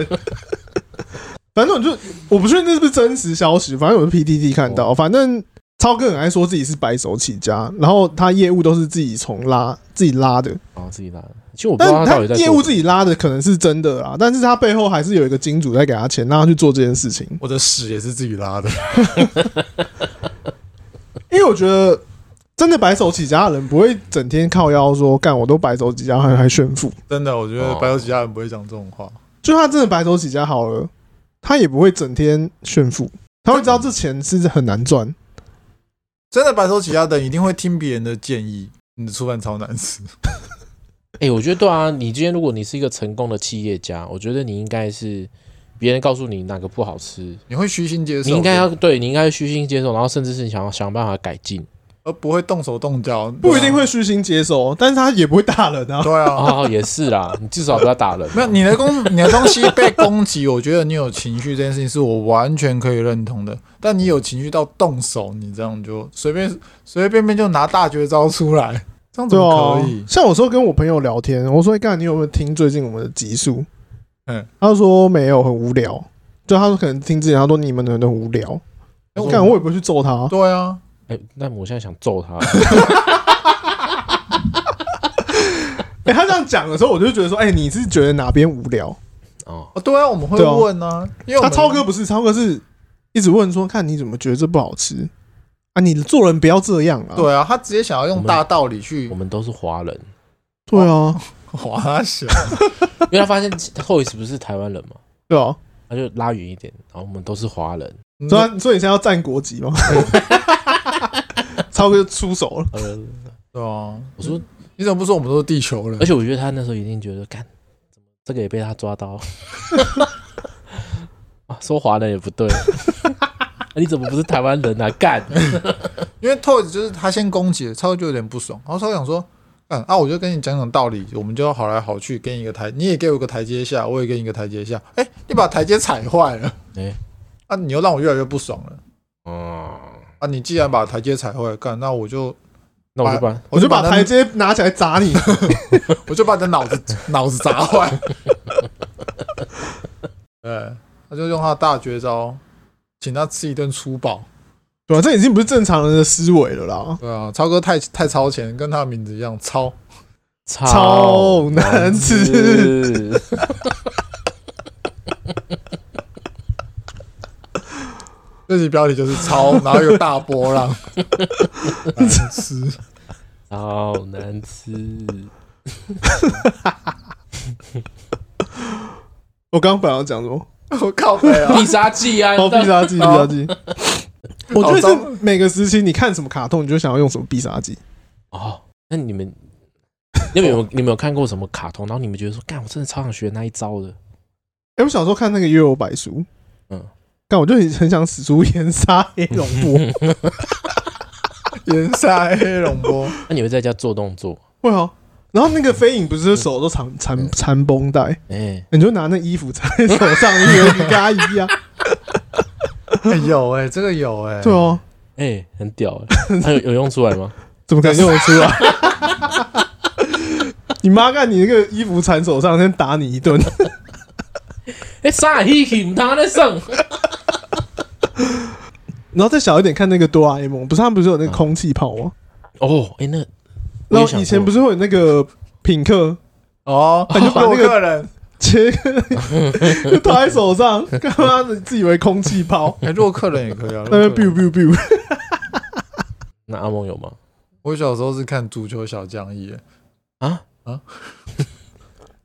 [SPEAKER 3] 反正我就我不确定这是不是真实消息，反正我是 PTT 看到，反正超哥很爱说自己是白手起家，然后他业务都是自己从拉自己拉的，
[SPEAKER 2] 然后哦自己拉的。其实我不知道
[SPEAKER 3] 但
[SPEAKER 2] 他
[SPEAKER 3] 他
[SPEAKER 2] 到底在
[SPEAKER 3] 业
[SPEAKER 2] 做
[SPEAKER 3] 务
[SPEAKER 2] 什么
[SPEAKER 3] 自己拉的可能是真的啦，但是他背后还是有一个金主在给他钱，让他去做这件事情。
[SPEAKER 1] 我的屎也是自己
[SPEAKER 2] [laughs]
[SPEAKER 1] 拉的。
[SPEAKER 3] 因为我觉得真的白手起家的人不会整天靠腰说干我都白手起家还还炫富，
[SPEAKER 1] 真的，我觉得
[SPEAKER 2] 哦
[SPEAKER 1] 白手起家人不会讲这种话。
[SPEAKER 3] 就他真的白手起家好了，他也不会整天炫富，他会知道这钱是很难赚。
[SPEAKER 1] 真的白手起家的人一定会听别人的建议。你的出饭超难吃，
[SPEAKER 2] 哎、我觉得对啊，你今天如果你是一个成功的企业家，我觉得你应该是别人告诉你哪个不好吃，
[SPEAKER 1] 你会虚心接受。
[SPEAKER 2] 你应该要对，你应该虚心接受，然后甚至是想要想办法改进。
[SPEAKER 1] 而不会动手动脚，
[SPEAKER 2] 啊
[SPEAKER 3] 不一定会虚心接受，但是他也不会打人 [laughs] 啊。
[SPEAKER 1] 对啊。
[SPEAKER 2] 哦，也是啦，你至少不要打人。啊
[SPEAKER 1] 没有你的攻，你的东西被攻击，我觉得你有情绪这件事情是我完全可以认同的。但你有情绪到动手，你这样就随便随随便便就拿大绝招出来，这样怎
[SPEAKER 3] 对
[SPEAKER 1] 么
[SPEAKER 3] 啊
[SPEAKER 1] 可以，？
[SPEAKER 3] 像我说跟我朋友聊天，我说：“哎，干，你有没有听最近我们的集数？”
[SPEAKER 1] 嗯，
[SPEAKER 3] 他就说没有，很无聊。就他说可能听之前，他说你们的人都很无聊。
[SPEAKER 1] 哎我
[SPEAKER 3] 干，我也不会去揍他。
[SPEAKER 1] 对啊，
[SPEAKER 2] 哎，那我现在想揍他，
[SPEAKER 3] 哎，他这样讲的时候，我就觉得说：“哎，你是觉得哪边无聊
[SPEAKER 2] 哦，
[SPEAKER 1] 哦对啊，我们会
[SPEAKER 3] 对啊
[SPEAKER 1] 问啊，因？”为我
[SPEAKER 3] 他
[SPEAKER 1] 们
[SPEAKER 3] 超哥不是，超哥是一直问说：“看你怎么觉得这不好吃啊？你做人不要这样啊！”
[SPEAKER 1] 对啊，他直接想要用大道理去
[SPEAKER 2] 我们都是华人，
[SPEAKER 3] 对
[SPEAKER 1] 哦
[SPEAKER 3] 啊，
[SPEAKER 1] 哇他
[SPEAKER 3] [laughs]
[SPEAKER 1] 小，
[SPEAKER 2] 因为他发现 Toys 不是台湾人嘛，
[SPEAKER 3] 对啊。
[SPEAKER 2] 他就拉远一点，然后我们都是华人，
[SPEAKER 3] 所以他，所以你现在要占国籍吗？ [laughs] 超哥就出手了。
[SPEAKER 2] 呃，
[SPEAKER 1] 对啊，
[SPEAKER 2] 我说，
[SPEAKER 1] 你怎么不说我们都是地球人
[SPEAKER 3] 哎
[SPEAKER 2] 而？
[SPEAKER 3] 嗯
[SPEAKER 2] 且我觉得他那时候一定觉得，干，怎么这个也被他抓到， [laughs] 啊，说华人也不对， [laughs] 你怎么不是台湾人啊？干，
[SPEAKER 1] 因为 Toys 就是他先攻击了，超哥就有点不爽，然后超哥想说，嗯啊，我就跟你讲讲道理，我们就要好来好去，给你一个台，你也给我一个台阶下，我也给你一个台阶下，哎、你把台阶踩坏了，
[SPEAKER 2] 哎
[SPEAKER 1] 啊，你又让我越来越不爽了，
[SPEAKER 3] 哦
[SPEAKER 2] 嗯，
[SPEAKER 1] 啊，你既然把台阶踩坏，干，那我就
[SPEAKER 2] 那我就把
[SPEAKER 3] 我就把
[SPEAKER 1] 那
[SPEAKER 3] 台，阶拿起来砸你，
[SPEAKER 1] 我就把你的脑 [laughs] 子脑子砸坏，对，他就用他的大绝招，请他吃一顿粗暴，
[SPEAKER 3] 对吧、啊这已经不是正常人的思维了啦，
[SPEAKER 1] 对啊，超哥太太超前，跟他的名字一样超，
[SPEAKER 3] 超难吃。
[SPEAKER 1] 这集标题就是 [laughs] 超，然后有大波浪，难吃。
[SPEAKER 2] 超难吃，
[SPEAKER 3] [laughs] 我刚刚本来要讲什么？
[SPEAKER 1] 我靠北啊！
[SPEAKER 2] 必杀技啊！
[SPEAKER 3] 哦，
[SPEAKER 2] 你
[SPEAKER 3] 必
[SPEAKER 2] 知道
[SPEAKER 3] 杀技，必杀技。
[SPEAKER 1] [laughs]
[SPEAKER 3] 我觉得
[SPEAKER 1] 好
[SPEAKER 3] 是每个时期，你看什么卡通，你就想要用什么必杀技。
[SPEAKER 2] 哦，那你们，你们有你们有看过什么卡通？然后你们觉得说，干，我真的超想学那一招的。
[SPEAKER 3] 哎、我小时候看那个《幽游白书》，嗯
[SPEAKER 2] 嗯，
[SPEAKER 3] 但我就很很想使出 [laughs] 岩沙黑龙
[SPEAKER 1] [laughs]
[SPEAKER 3] 波，
[SPEAKER 1] 岩沙黑龙波，
[SPEAKER 2] 那你会在家做动作？
[SPEAKER 3] [laughs] 会啊。然后那个飞影不是手都缠缠缠绷带，
[SPEAKER 2] 哎、
[SPEAKER 3] 你就拿那衣服 [laughs] 缠在手上，你以为你跟阿姨一
[SPEAKER 1] [laughs]
[SPEAKER 3] 样？
[SPEAKER 1] 哎有哎、这个有哎、
[SPEAKER 3] 对哦，
[SPEAKER 2] 哎、很屌、欸，那有有用出
[SPEAKER 3] [laughs]
[SPEAKER 2] 来吗？
[SPEAKER 3] 怎么可能用得出
[SPEAKER 1] [laughs]
[SPEAKER 3] 来？你妈看你那个衣服缠手上，先打你一顿。
[SPEAKER 2] 哎、啥嘿嘿，唔他在上。
[SPEAKER 3] 然后再小一点看那个哆啦 A 梦，不是他们不是有那个空气炮吗？
[SPEAKER 2] 哦，哎、那我
[SPEAKER 3] 然
[SPEAKER 2] 也
[SPEAKER 3] 后
[SPEAKER 2] 想
[SPEAKER 3] 以前
[SPEAKER 2] 过
[SPEAKER 3] 不是会有那个品客
[SPEAKER 1] 哦，
[SPEAKER 3] 他就把那个
[SPEAKER 1] 洛克人，
[SPEAKER 3] 切就 [laughs] 套在手上，干嘛的自以为空气
[SPEAKER 2] [laughs]
[SPEAKER 3] 炮，
[SPEAKER 1] 哎、洛克人也可以啊。
[SPEAKER 3] 在那
[SPEAKER 1] 洛
[SPEAKER 3] 边
[SPEAKER 1] 克
[SPEAKER 3] biu
[SPEAKER 1] 人
[SPEAKER 3] biu biu。
[SPEAKER 2] 那阿梦有吗？
[SPEAKER 1] 我小时候是看足球小将一、欸，
[SPEAKER 2] 啊，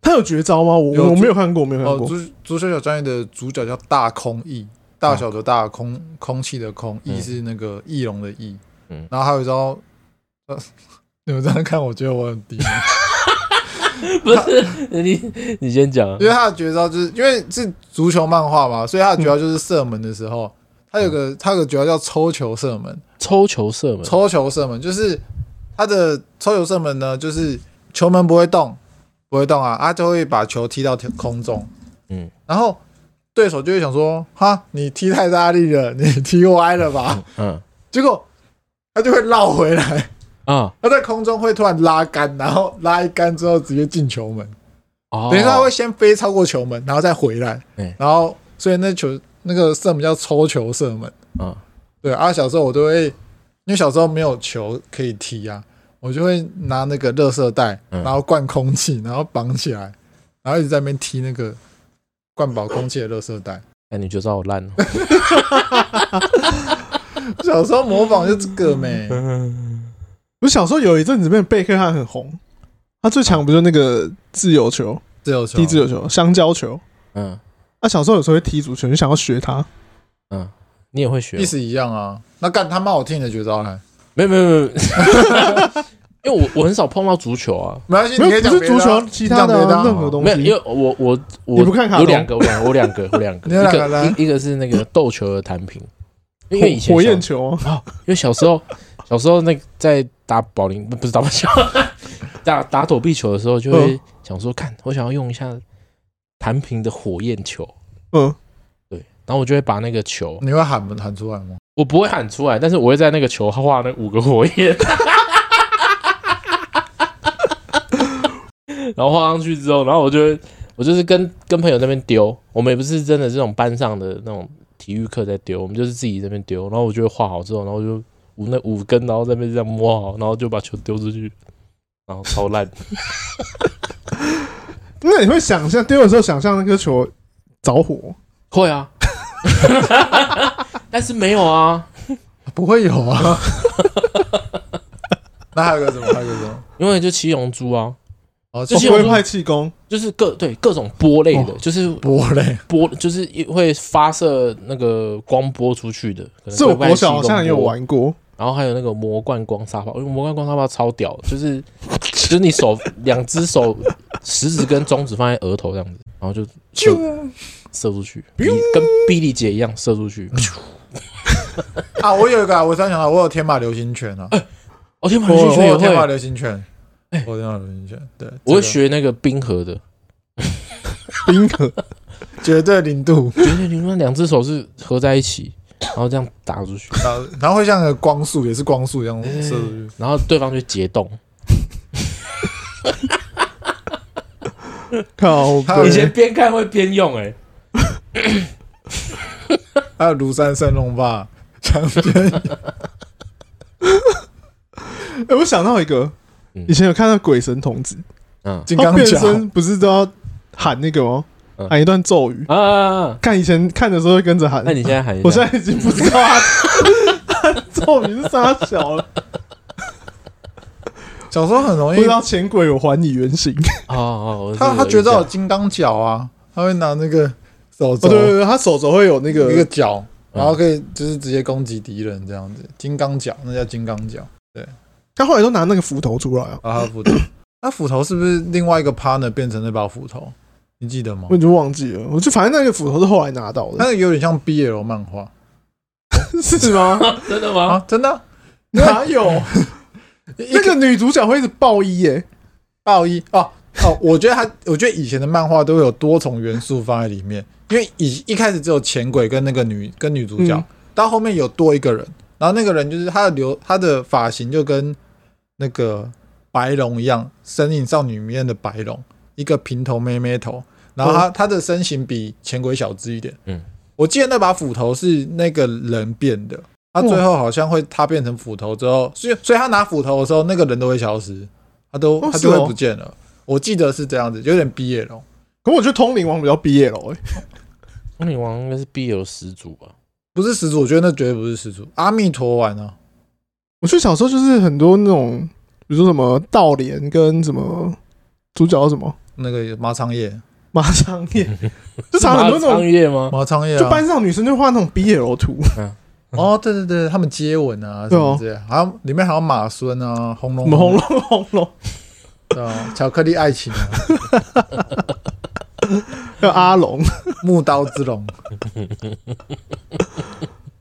[SPEAKER 3] 他有绝招吗？
[SPEAKER 1] 有
[SPEAKER 3] 我我没有看过，嗯我没有看，
[SPEAKER 1] 哦
[SPEAKER 3] 过。
[SPEAKER 1] 足足球小将一的主角叫大空翼，大小的大空空气的空，翼
[SPEAKER 2] 嗯
[SPEAKER 1] 是那个翼龙的翼。
[SPEAKER 2] 嗯
[SPEAKER 1] 然后还有一招， [laughs] 呃你们这样看，我觉得我很低能。
[SPEAKER 2] 不是，你你先讲啊。
[SPEAKER 1] 因为他的绝招就是因为是足球漫画嘛，所以他的绝招就是射门的时候，他有个他有个绝招叫抽球射门。
[SPEAKER 2] 抽球射门，
[SPEAKER 1] 抽球射门就是他的抽球射门呢，就是球门不会动，不会动啊，他就会把球踢到天空中。
[SPEAKER 2] 嗯，
[SPEAKER 1] 然后对手就会想说：“哈，你踢太大力了，你踢歪了吧
[SPEAKER 2] 嗯？”
[SPEAKER 1] 结果他就会绕回来，
[SPEAKER 2] 啊，
[SPEAKER 1] 他在空中会突然拉杆，然后拉一杆之后直接进球门。
[SPEAKER 2] 哦，
[SPEAKER 1] 等于说他会先飞超过球门，然后再回来，
[SPEAKER 2] 嗯
[SPEAKER 1] 然后所以那球那个射门叫抽球射门。
[SPEAKER 3] 嗯
[SPEAKER 2] 啊，
[SPEAKER 1] 对啊，小时候我都会，因为小时候没有球可以踢啊，我就会拿那个热色带，
[SPEAKER 2] 嗯
[SPEAKER 1] 然后灌空气，然后绑起来，然后一直在那边踢那个灌饱空气的热色带。
[SPEAKER 2] 那你觉得我烂
[SPEAKER 3] [laughs]
[SPEAKER 2] 哦？
[SPEAKER 1] 小时候模仿就这个没，
[SPEAKER 3] 嗯我小时候有一阵子被贝克汉很红，他最强不就那个自由球、
[SPEAKER 1] 自由球
[SPEAKER 3] 踢自由球、香蕉球？
[SPEAKER 2] 嗯
[SPEAKER 3] 他小时候有时候会踢足球，就想要学他。
[SPEAKER 2] 嗯，你也会学哦
[SPEAKER 1] 意？思一样啊。那干他妈好听你的绝招呢？
[SPEAKER 2] 没有没有没有， [laughs] 没有因为我我很少碰到足球啊。
[SPEAKER 1] 没关系，
[SPEAKER 3] 没
[SPEAKER 1] 你可
[SPEAKER 3] 有，不是
[SPEAKER 1] 以讲别的
[SPEAKER 3] 足
[SPEAKER 1] 啊
[SPEAKER 3] 球，其他的
[SPEAKER 1] 你讲别的
[SPEAKER 3] 啊
[SPEAKER 1] 啊
[SPEAKER 3] 任何东
[SPEAKER 2] 没有，因
[SPEAKER 3] 西。
[SPEAKER 2] 为我我我
[SPEAKER 3] 你不看卡
[SPEAKER 2] 有
[SPEAKER 3] 通 [laughs]
[SPEAKER 2] 两个，我两我两个，我两个，我两
[SPEAKER 1] 你有两
[SPEAKER 2] 个，一
[SPEAKER 1] 个
[SPEAKER 2] 个
[SPEAKER 1] 来
[SPEAKER 2] 一一个是那个豆球的弹屏，因为以前
[SPEAKER 3] 火
[SPEAKER 2] 小
[SPEAKER 3] 焰球啊，
[SPEAKER 2] 因为小时候 [laughs] 小时候那个在打保龄不是打保龄球， [laughs] 打打躲避球的时候就会
[SPEAKER 3] 嗯
[SPEAKER 2] 想说，看我想要用一下弹屏的火焰球，
[SPEAKER 3] 嗯，
[SPEAKER 2] 然后我就会把那个球，
[SPEAKER 1] 你会喊吗？喊出来吗？
[SPEAKER 2] 我不会喊出来，但是我会在那个球画那五个火焰， [laughs] 然后画上去之后，然后我就会我就是跟跟朋友那边丢，我们也不是真的这种班上的那种体育课在丢，我们就是自己这边丢，然后我就会画好之后，然后我就五那五根，然后在那边这样摸好，然后就把球丢出去，然后超烂，
[SPEAKER 3] 那你会想象丢的时候想象那个球着火？
[SPEAKER 2] [laughs] 会啊， [laughs] 但是没有啊，
[SPEAKER 1] 不会有 [laughs] 啊。那还有个什么？还有个什么？
[SPEAKER 2] 因为就七龙珠啊，
[SPEAKER 1] 哦，
[SPEAKER 2] 之前
[SPEAKER 3] 不
[SPEAKER 2] 我
[SPEAKER 3] 会
[SPEAKER 2] 说
[SPEAKER 3] 派气功，
[SPEAKER 2] 就是各对各种波类的，
[SPEAKER 1] 哦
[SPEAKER 2] 就是
[SPEAKER 1] 波嘞，
[SPEAKER 2] 波就是会发射那个光波出去的，可能
[SPEAKER 3] 这我
[SPEAKER 2] 会外
[SPEAKER 3] 国小好
[SPEAKER 2] 星
[SPEAKER 3] 像也有
[SPEAKER 2] 光波，
[SPEAKER 3] 玩过。
[SPEAKER 2] 然后还有那个魔冠光沙包，因为魔冠光沙包超屌，就是就是你手两只手食指跟中指放在额头这样子，然后就射射出去，比跟比利姐一样射出去。
[SPEAKER 1] 啊！我有一个、啊，我突然想到，我有天马流星拳啊，
[SPEAKER 2] 哦天马
[SPEAKER 1] 我我哎
[SPEAKER 2] 流星拳也
[SPEAKER 1] 有天马
[SPEAKER 2] 会，
[SPEAKER 1] 流星拳，我有天马流星拳，对，
[SPEAKER 2] 我
[SPEAKER 1] 这
[SPEAKER 2] 会
[SPEAKER 1] 个
[SPEAKER 2] 学那个冰河的，
[SPEAKER 3] 冰河，
[SPEAKER 1] 啊 [laughs] 绝对零度，
[SPEAKER 2] 绝对你们两只手是合在一起，然后这样打出去，
[SPEAKER 1] 然后然后会像个光速，也是光速一样射出去。
[SPEAKER 2] 然后对方就解冻。
[SPEAKER 3] 靠
[SPEAKER 1] 还有
[SPEAKER 3] 北！
[SPEAKER 1] 对
[SPEAKER 2] 以前边看会边用、欸，
[SPEAKER 1] 还有庐山升龙吧，强奸
[SPEAKER 3] 哎，我想到一个
[SPEAKER 2] 嗯，
[SPEAKER 3] 以前有看到鬼神童子，
[SPEAKER 2] 嗯
[SPEAKER 1] 金 [laughs]
[SPEAKER 3] 他
[SPEAKER 1] 刚
[SPEAKER 3] 变
[SPEAKER 1] 脚，
[SPEAKER 3] 身不是都要喊那个吗
[SPEAKER 2] 嗯？
[SPEAKER 3] 喊一段咒语。
[SPEAKER 2] 啊啊啊啊，
[SPEAKER 3] 看以前看的时候会跟着喊
[SPEAKER 2] 那，你现在喊一下，
[SPEAKER 3] 我现在已经不知
[SPEAKER 1] [laughs]
[SPEAKER 3] 道他他咒语是啥小 [laughs] 了，
[SPEAKER 1] 小时候很容
[SPEAKER 3] 不
[SPEAKER 1] 易
[SPEAKER 3] 知，道钱鬼有还你原形。
[SPEAKER 2] 哦哦，我
[SPEAKER 1] 他
[SPEAKER 2] 是
[SPEAKER 1] 他
[SPEAKER 2] 有
[SPEAKER 1] 觉得
[SPEAKER 2] 印
[SPEAKER 1] 有
[SPEAKER 2] 象
[SPEAKER 1] 金刚脚啊，他会拿那个手
[SPEAKER 3] 哦，对
[SPEAKER 1] 肘
[SPEAKER 3] 对对，他手肘会有那
[SPEAKER 1] 一个嗯
[SPEAKER 3] 个，
[SPEAKER 1] 脚，然后可以就是直接攻击敌人这样子，金刚脚那叫金刚脚。
[SPEAKER 3] 他后来都拿那个斧头出来啊，
[SPEAKER 1] 啊，他斧 [coughs] 头，他斧头是不是另外一个 partner 变成那把斧头？你记得吗
[SPEAKER 3] 我？已经忘记了。我就反正那个斧头是后来拿到
[SPEAKER 1] 那
[SPEAKER 3] 的，
[SPEAKER 1] 个有点像 BL 漫画
[SPEAKER 3] 是吗？ [laughs]
[SPEAKER 2] 真的吗？
[SPEAKER 1] 啊，真的啊、
[SPEAKER 3] 哪有？
[SPEAKER 1] 一
[SPEAKER 3] 那个女主角会一直爆衣耶、
[SPEAKER 1] 暴衣哦哦，我觉得他， [laughs] 我觉得以前的漫画都会有多重元素放在里面，因为以一开始只有钱鬼跟那个女跟女主角，
[SPEAKER 3] 嗯
[SPEAKER 1] 到后面有多一个人，然后那个人就是他的留他的发型就跟那个白龙一样，《神隐少女》里面的白龙，一个平头妹妹头，然后他、他的身形比钱鬼小只一点，
[SPEAKER 2] 嗯，
[SPEAKER 1] 我记得那把斧头是那个人变的。他最后好像会，他变成斧头之后，所以所以他拿斧头的时候，那个人都会消失，他都
[SPEAKER 3] 哦
[SPEAKER 1] 他就会
[SPEAKER 3] 是哦
[SPEAKER 1] 不见了。我记得是这样子，有点毕业了。
[SPEAKER 3] 可我觉得通灵王比较毕业了哎、
[SPEAKER 2] 通灵王应该是必有始祖吧？
[SPEAKER 1] 不是始祖，我觉得那绝对不是始祖。阿弥陀丸啊，
[SPEAKER 3] 我觉得小时候就是很多那种，比如说什么道莲跟什么主角叫什么
[SPEAKER 1] 那个麻仓叶，
[SPEAKER 3] 马商业，就常很多那
[SPEAKER 2] 是马苍
[SPEAKER 3] 种，
[SPEAKER 2] 月吗？
[SPEAKER 1] 麻仓叶
[SPEAKER 3] 就
[SPEAKER 1] 啊。
[SPEAKER 3] 班上女生就画那种毕业楼图，
[SPEAKER 1] 哦，对对对，他们接吻啊，什
[SPEAKER 3] 对哦
[SPEAKER 1] 么之类的，还有里面还有马孙啊，红龙
[SPEAKER 3] 什 [laughs] 么红龙红龙，
[SPEAKER 1] 对啊，巧克力爱情
[SPEAKER 3] [laughs]
[SPEAKER 1] 啊，
[SPEAKER 3] 还有阿龙。
[SPEAKER 1] 木刀之龙。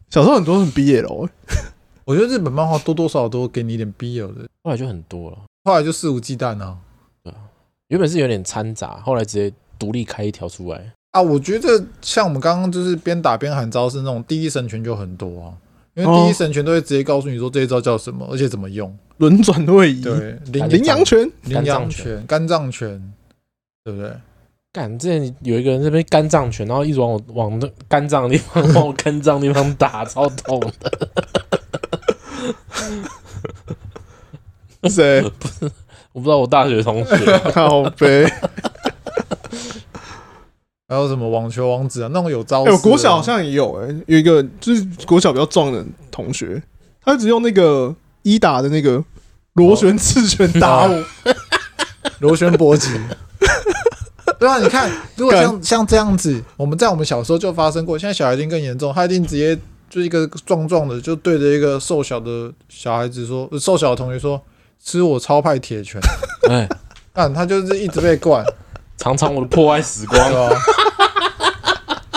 [SPEAKER 3] 小时候很多很毕业楼、哎
[SPEAKER 1] 我觉得日本漫画多多少少都会给你一点毕业的，
[SPEAKER 2] 后来就很多了，
[SPEAKER 1] 后来就肆无忌惮啊。
[SPEAKER 2] 原本是有点掺杂，后来直接独立开一条出来。
[SPEAKER 1] 啊，我觉得像我们刚刚就是边打边喊招式那种第一神拳就很多啊，因为第一
[SPEAKER 3] 哦
[SPEAKER 1] 神拳都会直接告诉你说这一招叫什么，而且怎么用。
[SPEAKER 3] 轮转位移、
[SPEAKER 1] 对，
[SPEAKER 2] 啊
[SPEAKER 1] 羚
[SPEAKER 3] 羚羊拳，
[SPEAKER 1] 羚羊
[SPEAKER 2] 肝脏
[SPEAKER 1] 拳、肝脏拳，对不对？
[SPEAKER 2] 干，之前有一个人在那边肝脏拳，然后一直往我往那肝脏的地方往我肝脏的地方打，超痛 [laughs] 的。
[SPEAKER 3] 是谁？
[SPEAKER 2] 我不知道我大学同学，
[SPEAKER 3] [laughs] 靠背。
[SPEAKER 1] 还有什么网球王子啊，那种有招式
[SPEAKER 3] 哎、
[SPEAKER 1] 的。
[SPEAKER 3] 我国小好像也有哎、有一个就是国小比较壮的同学，他只用那个一打的那个螺旋刺拳打我，
[SPEAKER 1] 螺旋搏击。对啊，你看，如果像像这样子，我们在我们小时候就发生过，现在小孩一定更严重，他一定直接就一个壮壮的，就对着一个瘦小的小孩子说，呃瘦小的同学说，吃我超派铁拳，
[SPEAKER 2] 哎，
[SPEAKER 1] 但他就是一直被灌，
[SPEAKER 2] 尝尝我的破坏时光
[SPEAKER 1] 对。吧？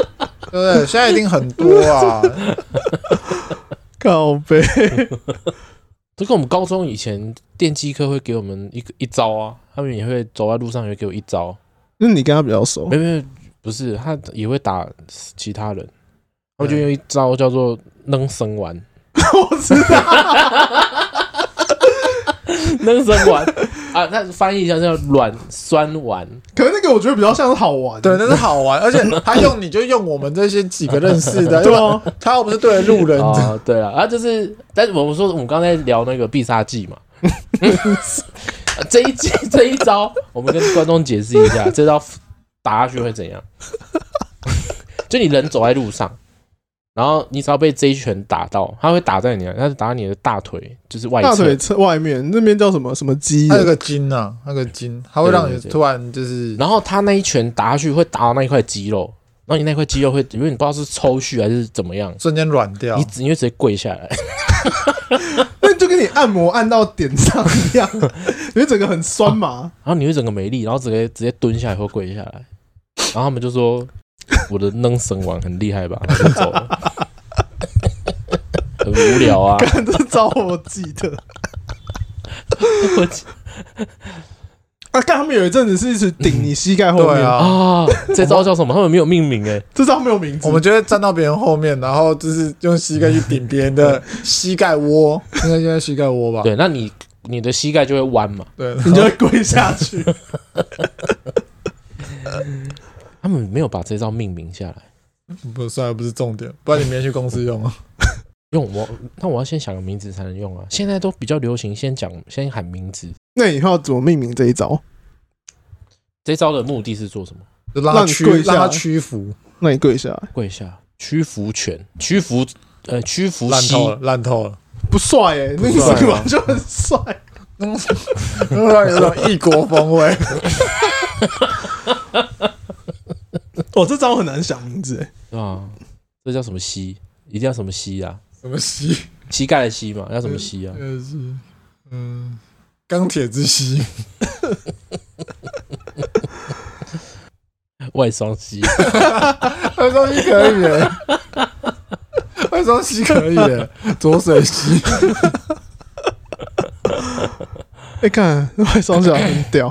[SPEAKER 1] [laughs] 对不对？现在一定很多啊，
[SPEAKER 3] 靠背，
[SPEAKER 2] 这跟我们高中以前电机科会给我们一个一招啊，他们也会走在路上也会给我一招，
[SPEAKER 3] 那你跟他比较熟
[SPEAKER 2] 没，有没有，不是他也会打其他人，
[SPEAKER 3] 嗯
[SPEAKER 2] 他们就用一招叫做扔生丸， [laughs]
[SPEAKER 3] 我知道，
[SPEAKER 2] 扔生丸啊，那翻译一下叫软酸丸，
[SPEAKER 3] 可是那个我觉得比较像是好玩，
[SPEAKER 1] 对，那是好玩，而且他用你就用我们这些几个认识的，
[SPEAKER 3] [laughs] 对啊，
[SPEAKER 1] 他又不是对着路
[SPEAKER 3] 嗯
[SPEAKER 1] 人，
[SPEAKER 2] 哦，对了，啊，就是，但是我们说我们刚才聊那个必杀技嘛， [laughs] 这一季 [laughs] 这一招，我们跟观众解释一下，这招打下去会怎样？ [laughs] 就你人走在路上，然后你只要被这一拳打到，他会打在你的，他是打你的大腿，就是外
[SPEAKER 3] 大
[SPEAKER 2] 侧
[SPEAKER 3] 腿，侧外面那边叫什么什么肌
[SPEAKER 1] 他有
[SPEAKER 3] 的，
[SPEAKER 1] 个筋啊，那个筋，他会让你
[SPEAKER 2] 对对对
[SPEAKER 1] 突然就是
[SPEAKER 2] 然后他那一拳打下去会打到那一块肌肉，然后你那块肌肉会，因为你不知道是抽蓄还是怎么样，
[SPEAKER 1] 瞬间软掉
[SPEAKER 2] 你。只你会直接跪下来。
[SPEAKER 3] 那就跟你按摩按到点上一样， [laughs] 因为整个很酸麻。
[SPEAKER 2] 然后你会整个没力，然后直接直接蹲下来或跪下来，然后他们就说 [laughs] 我的扔绳网很厉害吧，然后就走了， [laughs] 很无聊
[SPEAKER 1] 哦
[SPEAKER 2] 啊。
[SPEAKER 3] 看这招我记
[SPEAKER 1] [laughs]
[SPEAKER 3] 得，
[SPEAKER 2] 我
[SPEAKER 3] 啊，干他们有一阵子是一直顶你膝盖后
[SPEAKER 1] 对
[SPEAKER 3] 面，
[SPEAKER 1] 啊，
[SPEAKER 2] 啊，这招叫什么？他们没有命名哎、
[SPEAKER 3] 这招没有名字，
[SPEAKER 1] 我们就会站到别人后面，然后就是用膝盖去顶别人的膝盖窝，应该就在膝盖窝吧？
[SPEAKER 2] 对，那你你的膝盖就会弯嘛。
[SPEAKER 1] 对，
[SPEAKER 3] 你就会跪下去。
[SPEAKER 2] 他们没有把这招命名下来，
[SPEAKER 1] [laughs] 不算了，不是重点，不然你明天去公司用啊。
[SPEAKER 2] 用我那我要先想个名字才能用啊。现在都比较流行，先讲先喊名字。
[SPEAKER 3] 那以后要怎么命名这一招？
[SPEAKER 2] 这招的目的是做什么？
[SPEAKER 1] 就让他
[SPEAKER 3] 让你
[SPEAKER 1] 屈，
[SPEAKER 3] 跪下
[SPEAKER 1] 让他屈服，
[SPEAKER 3] 那你跪下来，
[SPEAKER 2] 跪下，屈服拳，屈服呃屈服
[SPEAKER 1] 烂
[SPEAKER 2] 膝，
[SPEAKER 1] 透了，烂透了， [laughs]
[SPEAKER 3] 不帅哎，那
[SPEAKER 1] 帅啊
[SPEAKER 3] 个完就很帅。
[SPEAKER 1] 让有种异国风味。 [laughs]
[SPEAKER 3] 哦，这招很难想名字
[SPEAKER 1] 欸
[SPEAKER 3] 哎，
[SPEAKER 2] 啊，这叫什么膝？一定要什么膝啊？
[SPEAKER 1] 什么膝？
[SPEAKER 2] 膝盖的膝嘛，要什么膝啊？
[SPEAKER 1] 呃是，嗯，钢铁之 [laughs] 膝，
[SPEAKER 2] 外双膝。 [laughs]
[SPEAKER 1] 外双膝可以耶， [laughs] 外双膝可以耶，左水膝，
[SPEAKER 3] 哎，看外双脚很
[SPEAKER 1] [laughs]
[SPEAKER 3] 屌，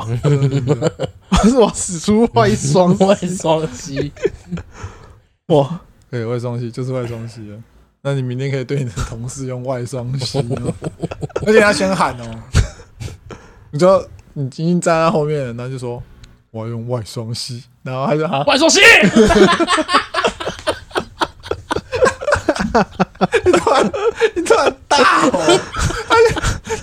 [SPEAKER 3] 是哇，使出外双，
[SPEAKER 2] 外双膝，
[SPEAKER 3] 哇，
[SPEAKER 1] 对，外双膝就是外双膝了。那你明天可以对你的同事用外双膝哦，而且要先喊哦。你知道你已经站在后面了，那就说我要用外双膝，然后他就啊，
[SPEAKER 2] 外双膝， [laughs]
[SPEAKER 1] 你突然大吼，他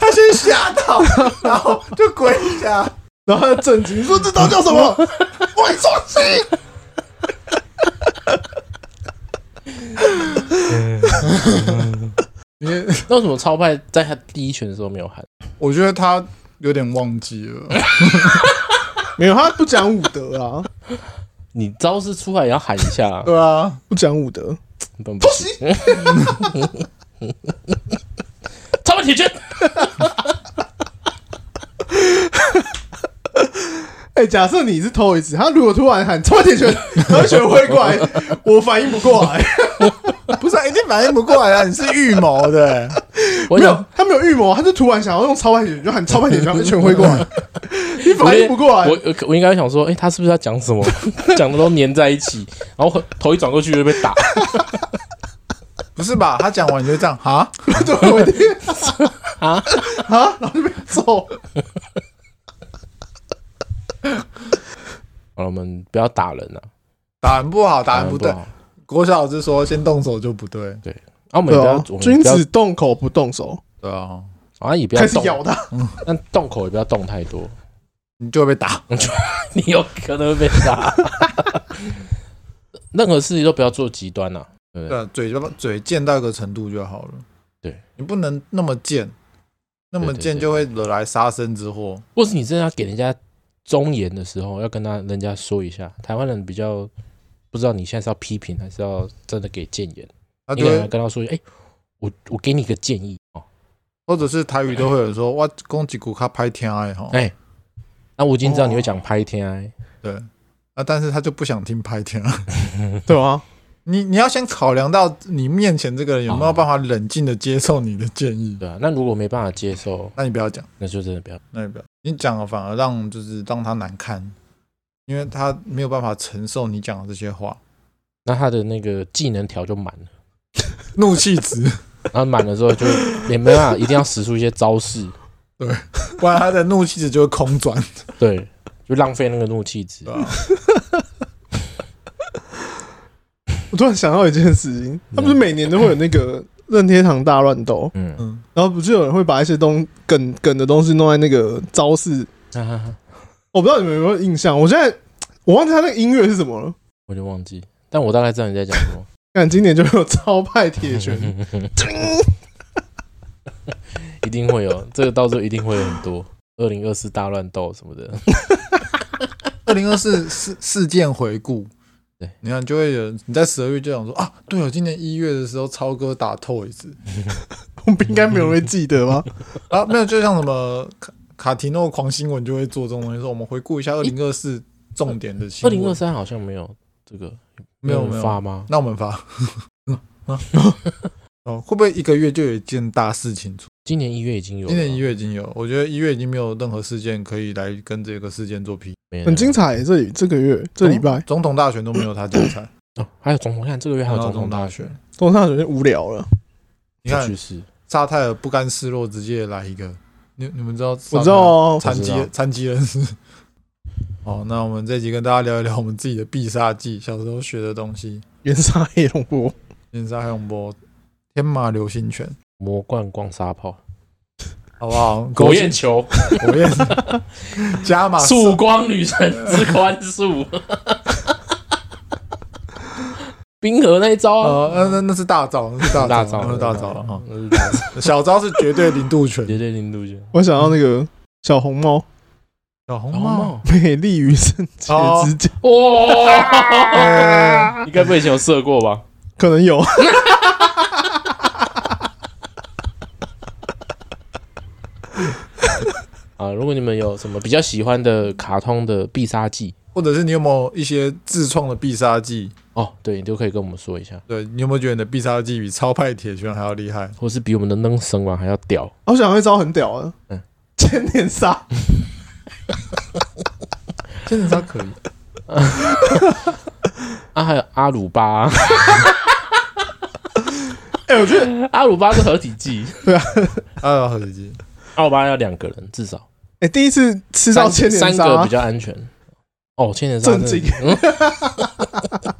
[SPEAKER 1] 他先吓到，然后就跪下，
[SPEAKER 3] 然后他震惊说这招叫什么？外双膝，
[SPEAKER 1] 因为
[SPEAKER 2] 那为什么超派在他第一拳的时候没有喊？
[SPEAKER 1] 我觉得他有点忘记了，
[SPEAKER 3] 没有，他不讲武德啊，
[SPEAKER 2] 你招式出来也要喊一下、啊，
[SPEAKER 1] 对啊，
[SPEAKER 3] 不讲武德，
[SPEAKER 2] 不不行。超派铁拳，
[SPEAKER 3] 哎、假设你是偷一次，他如果突然喊超铁拳， [laughs] 然后拳挥过来，我反应不过来，
[SPEAKER 1] 不是、啊、一定反应不过来啊，你是预谋的、
[SPEAKER 2] 我
[SPEAKER 3] 没有
[SPEAKER 2] 想，
[SPEAKER 3] 他没有预谋，他就突然想要用超半铁拳，就喊超半铁拳，然后一拳挥过来，你反应不过来
[SPEAKER 2] 我，我我应该想说，哎、他是不是要讲什么？ [laughs] 讲的都粘在一起，然后头一转过去就被打。
[SPEAKER 1] 不是吧？他讲完你就这样啊？
[SPEAKER 3] 对，我一定啊啊，然后就被揍。
[SPEAKER 2] 哦好了，我们不要打人了、
[SPEAKER 1] 打人不好，打人
[SPEAKER 2] 人
[SPEAKER 1] 不
[SPEAKER 2] 不
[SPEAKER 1] 对。
[SPEAKER 2] 好。
[SPEAKER 1] 国小老师说先动手就不对，
[SPEAKER 2] 啊，我们
[SPEAKER 3] 对
[SPEAKER 2] 也不要，
[SPEAKER 3] 啊
[SPEAKER 2] 我，们
[SPEAKER 3] 君
[SPEAKER 2] 也不要
[SPEAKER 3] 子动口不动手，
[SPEAKER 1] 对啊，
[SPEAKER 2] 啊，也不要
[SPEAKER 3] 开始咬
[SPEAKER 2] 动，
[SPEAKER 3] 他，
[SPEAKER 2] 但动口也不要动太多。
[SPEAKER 1] 你就会被打。
[SPEAKER 2] [laughs] 你有可能会被打。 [laughs] 任何事情都不要做极端呐、啊，对
[SPEAKER 1] 对
[SPEAKER 2] 不对？
[SPEAKER 1] 啊，嘴巴嘴贱到一个程度就好了。
[SPEAKER 2] 对，
[SPEAKER 1] 你不能那么贱，那么
[SPEAKER 2] 对对
[SPEAKER 1] 贱
[SPEAKER 2] 对
[SPEAKER 1] 就会惹来杀身之祸。
[SPEAKER 2] 或是你真的要给人家忠言的时候，要跟他人家说一下。台湾人比较不知道你现在是要批评还是要真的给谏言，
[SPEAKER 1] 他
[SPEAKER 2] 你
[SPEAKER 1] 就
[SPEAKER 2] 可能要
[SPEAKER 1] 会，
[SPEAKER 2] 跟他说：“哎、我我给你个建议哦。
[SPEAKER 1] 或者是台语都会有人
[SPEAKER 2] [laughs]
[SPEAKER 1] 说哇，攻击骨卡拍天哎哈。
[SPEAKER 2] 哎那我已经知道你会讲拍天啊、
[SPEAKER 1] 对，啊，但是他就不想听拍天啊。
[SPEAKER 3] [laughs]
[SPEAKER 1] [laughs]
[SPEAKER 3] 对啊，
[SPEAKER 1] 你你要先考量到你面前这个人有没有办法冷静的接受你的建议。
[SPEAKER 2] 对啊，那如果没办法接受，
[SPEAKER 1] 那你不要讲，
[SPEAKER 2] 那就真的不要。
[SPEAKER 1] 那你不要，你讲了反而让就是让他难堪，因为他没有办法承受你讲的这些话，
[SPEAKER 2] 那他的那个技能条就满了，
[SPEAKER 1] 怒气
[SPEAKER 2] [laughs]
[SPEAKER 1] 值，
[SPEAKER 2] 然后满了之后就也没办法，一定要使出一些招式，
[SPEAKER 1] 不然他的怒气值就会空转，
[SPEAKER 2] 对，就浪费那个怒气值
[SPEAKER 1] 对。吧？
[SPEAKER 3] 我突然想到一件事情，他不是每年都会有那个任天堂大乱斗，
[SPEAKER 2] 嗯，
[SPEAKER 1] 嗯，
[SPEAKER 3] 然后不是有人会把一些东梗梗的东西弄在那个招式，
[SPEAKER 2] 哈哈哈，
[SPEAKER 3] 我不知道你们有没有印象？我现在我忘记他那个音乐是什么了。
[SPEAKER 2] 我就忘记，但我大概知道你在讲什么。
[SPEAKER 3] 看今年就有超派铁拳，
[SPEAKER 2] [laughs] 一定会有，这个到时候一定会有很多。二零二四大乱斗什么的，
[SPEAKER 1] 二零二四事事件回顾，
[SPEAKER 2] 对，
[SPEAKER 1] 你看就会有你在十二月就想说啊，对哦，今年一月的时候超哥打 Toys
[SPEAKER 3] 我们应该没有人会记得
[SPEAKER 2] [laughs]
[SPEAKER 3] 吧？
[SPEAKER 1] 啊，没有，就像什么卡卡提诺狂新闻就会做这种东西，说我们回顾一下二零二四重点的新
[SPEAKER 2] 二
[SPEAKER 1] 闻，
[SPEAKER 2] 零二三好像没有这个，
[SPEAKER 1] 没有
[SPEAKER 2] 人
[SPEAKER 1] 没有 [laughs]
[SPEAKER 2] 发吗？
[SPEAKER 1] 那我们发，嗯啊哦，会不会一个月就有一件大事情出？
[SPEAKER 2] 今年一月已经有了，
[SPEAKER 1] 今年一月已经有，我觉得一月已经没有任何事件可以来跟这个事件做批。
[SPEAKER 2] 没了
[SPEAKER 3] 很精彩、这里这个月这礼拜，
[SPEAKER 1] 总统大选都没有他精彩，
[SPEAKER 2] 哦，还有总统，看这 [coughs] 个月还有
[SPEAKER 1] 然后
[SPEAKER 2] 总统大选
[SPEAKER 1] 选，，
[SPEAKER 3] 东上有点无聊了。
[SPEAKER 1] 你看
[SPEAKER 2] 去世，
[SPEAKER 1] 沙泰尔不甘示弱，直接来一个。你你们知道
[SPEAKER 2] 啊
[SPEAKER 3] 我
[SPEAKER 1] 沙
[SPEAKER 3] 知
[SPEAKER 1] 泰
[SPEAKER 3] 道
[SPEAKER 1] 尔
[SPEAKER 3] 哦，
[SPEAKER 1] 残
[SPEAKER 2] 我知
[SPEAKER 1] 疾
[SPEAKER 2] 道
[SPEAKER 1] 残疾人 [laughs] 士。哦，那我们这集跟大家聊一聊我们自己的必杀技，小时候学的东西：
[SPEAKER 3] 原杀黑龙波，
[SPEAKER 1] 连杀黑龙波、天马流星拳，
[SPEAKER 2] 魔冠光沙炮、
[SPEAKER 1] 好不好？
[SPEAKER 2] 火焰球、
[SPEAKER 1] 火焰 [laughs] 加
[SPEAKER 2] [laughs]
[SPEAKER 1] 码
[SPEAKER 2] 曙光女神之宽恕。冰河那一招啊，
[SPEAKER 1] 呃，那那那是大招，那是大
[SPEAKER 2] 大
[SPEAKER 1] 招，那
[SPEAKER 2] 招，
[SPEAKER 1] 是大招了哈。
[SPEAKER 2] 那是大招，
[SPEAKER 1] 小招是绝对零度
[SPEAKER 2] [laughs]
[SPEAKER 1] 拳，
[SPEAKER 2] 绝对零度拳。
[SPEAKER 3] 我想到那
[SPEAKER 2] [laughs]
[SPEAKER 3] 个小红帽，
[SPEAKER 1] 小红
[SPEAKER 2] 然
[SPEAKER 1] 帽
[SPEAKER 2] 后
[SPEAKER 3] 美丽与圣洁之间，
[SPEAKER 2] 哦 [laughs] 哇，你该不会以前有射过吧？
[SPEAKER 3] 可能有。啊
[SPEAKER 2] 啊，如果你们有什么比较喜欢的卡通的必杀技
[SPEAKER 1] 或者是你有没有一些自创的必杀技？
[SPEAKER 2] 哦，对你都可以跟我们说一下，
[SPEAKER 1] 对你有没有觉得你的必杀技比超派铁拳还要厉害？
[SPEAKER 2] 或是比我们的能神丸还要屌。
[SPEAKER 3] 我想到一招很屌的，
[SPEAKER 2] 嗯
[SPEAKER 3] 千年杀，
[SPEAKER 1] 真的是可以。 [laughs]
[SPEAKER 2] 啊，还有阿鲁巴， [laughs]
[SPEAKER 3] 哎，我觉
[SPEAKER 2] [laughs]
[SPEAKER 3] 得
[SPEAKER 2] 阿鲁巴是合体技，
[SPEAKER 1] 啊，合体机，
[SPEAKER 2] [laughs] 阿鲁巴要两个人至少，
[SPEAKER 3] 哎第一次吃到
[SPEAKER 2] 三
[SPEAKER 3] 千年
[SPEAKER 2] 三个
[SPEAKER 3] 杀
[SPEAKER 2] 比，较安全。哦，千年杀
[SPEAKER 3] 震
[SPEAKER 2] 真的
[SPEAKER 3] 惊
[SPEAKER 2] 嗯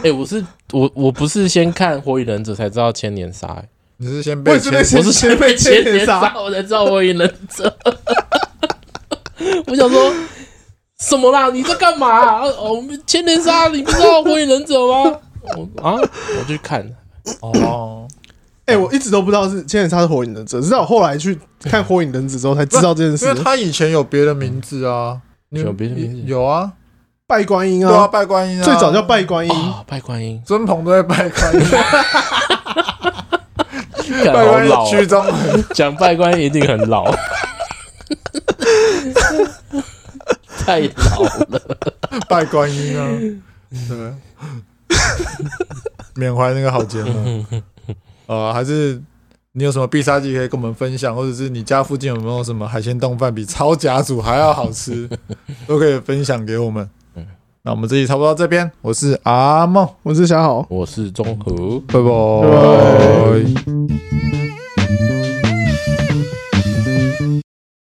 [SPEAKER 2] [laughs] 哎、我是我我不是先看《火影忍者》才知道千年杀、欸，
[SPEAKER 1] 你是先
[SPEAKER 3] 我
[SPEAKER 1] 被
[SPEAKER 3] 也是被
[SPEAKER 1] 前
[SPEAKER 2] 我是先被千年
[SPEAKER 3] 杀
[SPEAKER 2] 杀，我才知道我也能者。 [laughs] 我想说什么啦？你在干嘛、啊？哦，我们千年杀，你不知道火影忍者吗？我啊，我去看，
[SPEAKER 1] 哦，
[SPEAKER 3] 哎、我一直都不知道是千年杀是火影忍者，直到我后来去看火影忍者之后才知道这件
[SPEAKER 1] 因为
[SPEAKER 3] 事。
[SPEAKER 1] 他以前有别的名字啊，你
[SPEAKER 2] 嗯有别的名字
[SPEAKER 1] 有啊，
[SPEAKER 3] 拜观音
[SPEAKER 1] 对啊，
[SPEAKER 3] 啊，
[SPEAKER 1] 拜观音啊，
[SPEAKER 3] 最早叫拜观音，
[SPEAKER 2] 啊，拜观音，
[SPEAKER 1] 尊鹏都在拜观音，啊
[SPEAKER 2] [laughs] 干
[SPEAKER 1] 拜
[SPEAKER 2] 好
[SPEAKER 1] 观
[SPEAKER 2] 老
[SPEAKER 1] 音
[SPEAKER 2] 哦，
[SPEAKER 1] 屈中恒，
[SPEAKER 2] [laughs] 讲拜观音一定很老， [laughs] 太老 [laughs] 了。
[SPEAKER 1] 拜观音啊，对，
[SPEAKER 2] [laughs]
[SPEAKER 1] 缅怀那个好节目。呃，还是你有什么必杀技可以跟我们分享，或者是你家附近有没有什么海鲜冻饭比超甲煮还要好
[SPEAKER 2] [laughs]
[SPEAKER 1] 吃，都可以分享给我们。
[SPEAKER 2] 嗯
[SPEAKER 1] 那我们这期差不多到这边，我是阿梦，
[SPEAKER 3] 我是小好。
[SPEAKER 2] 我是中和。
[SPEAKER 1] 拜
[SPEAKER 3] 拜
[SPEAKER 1] 拜。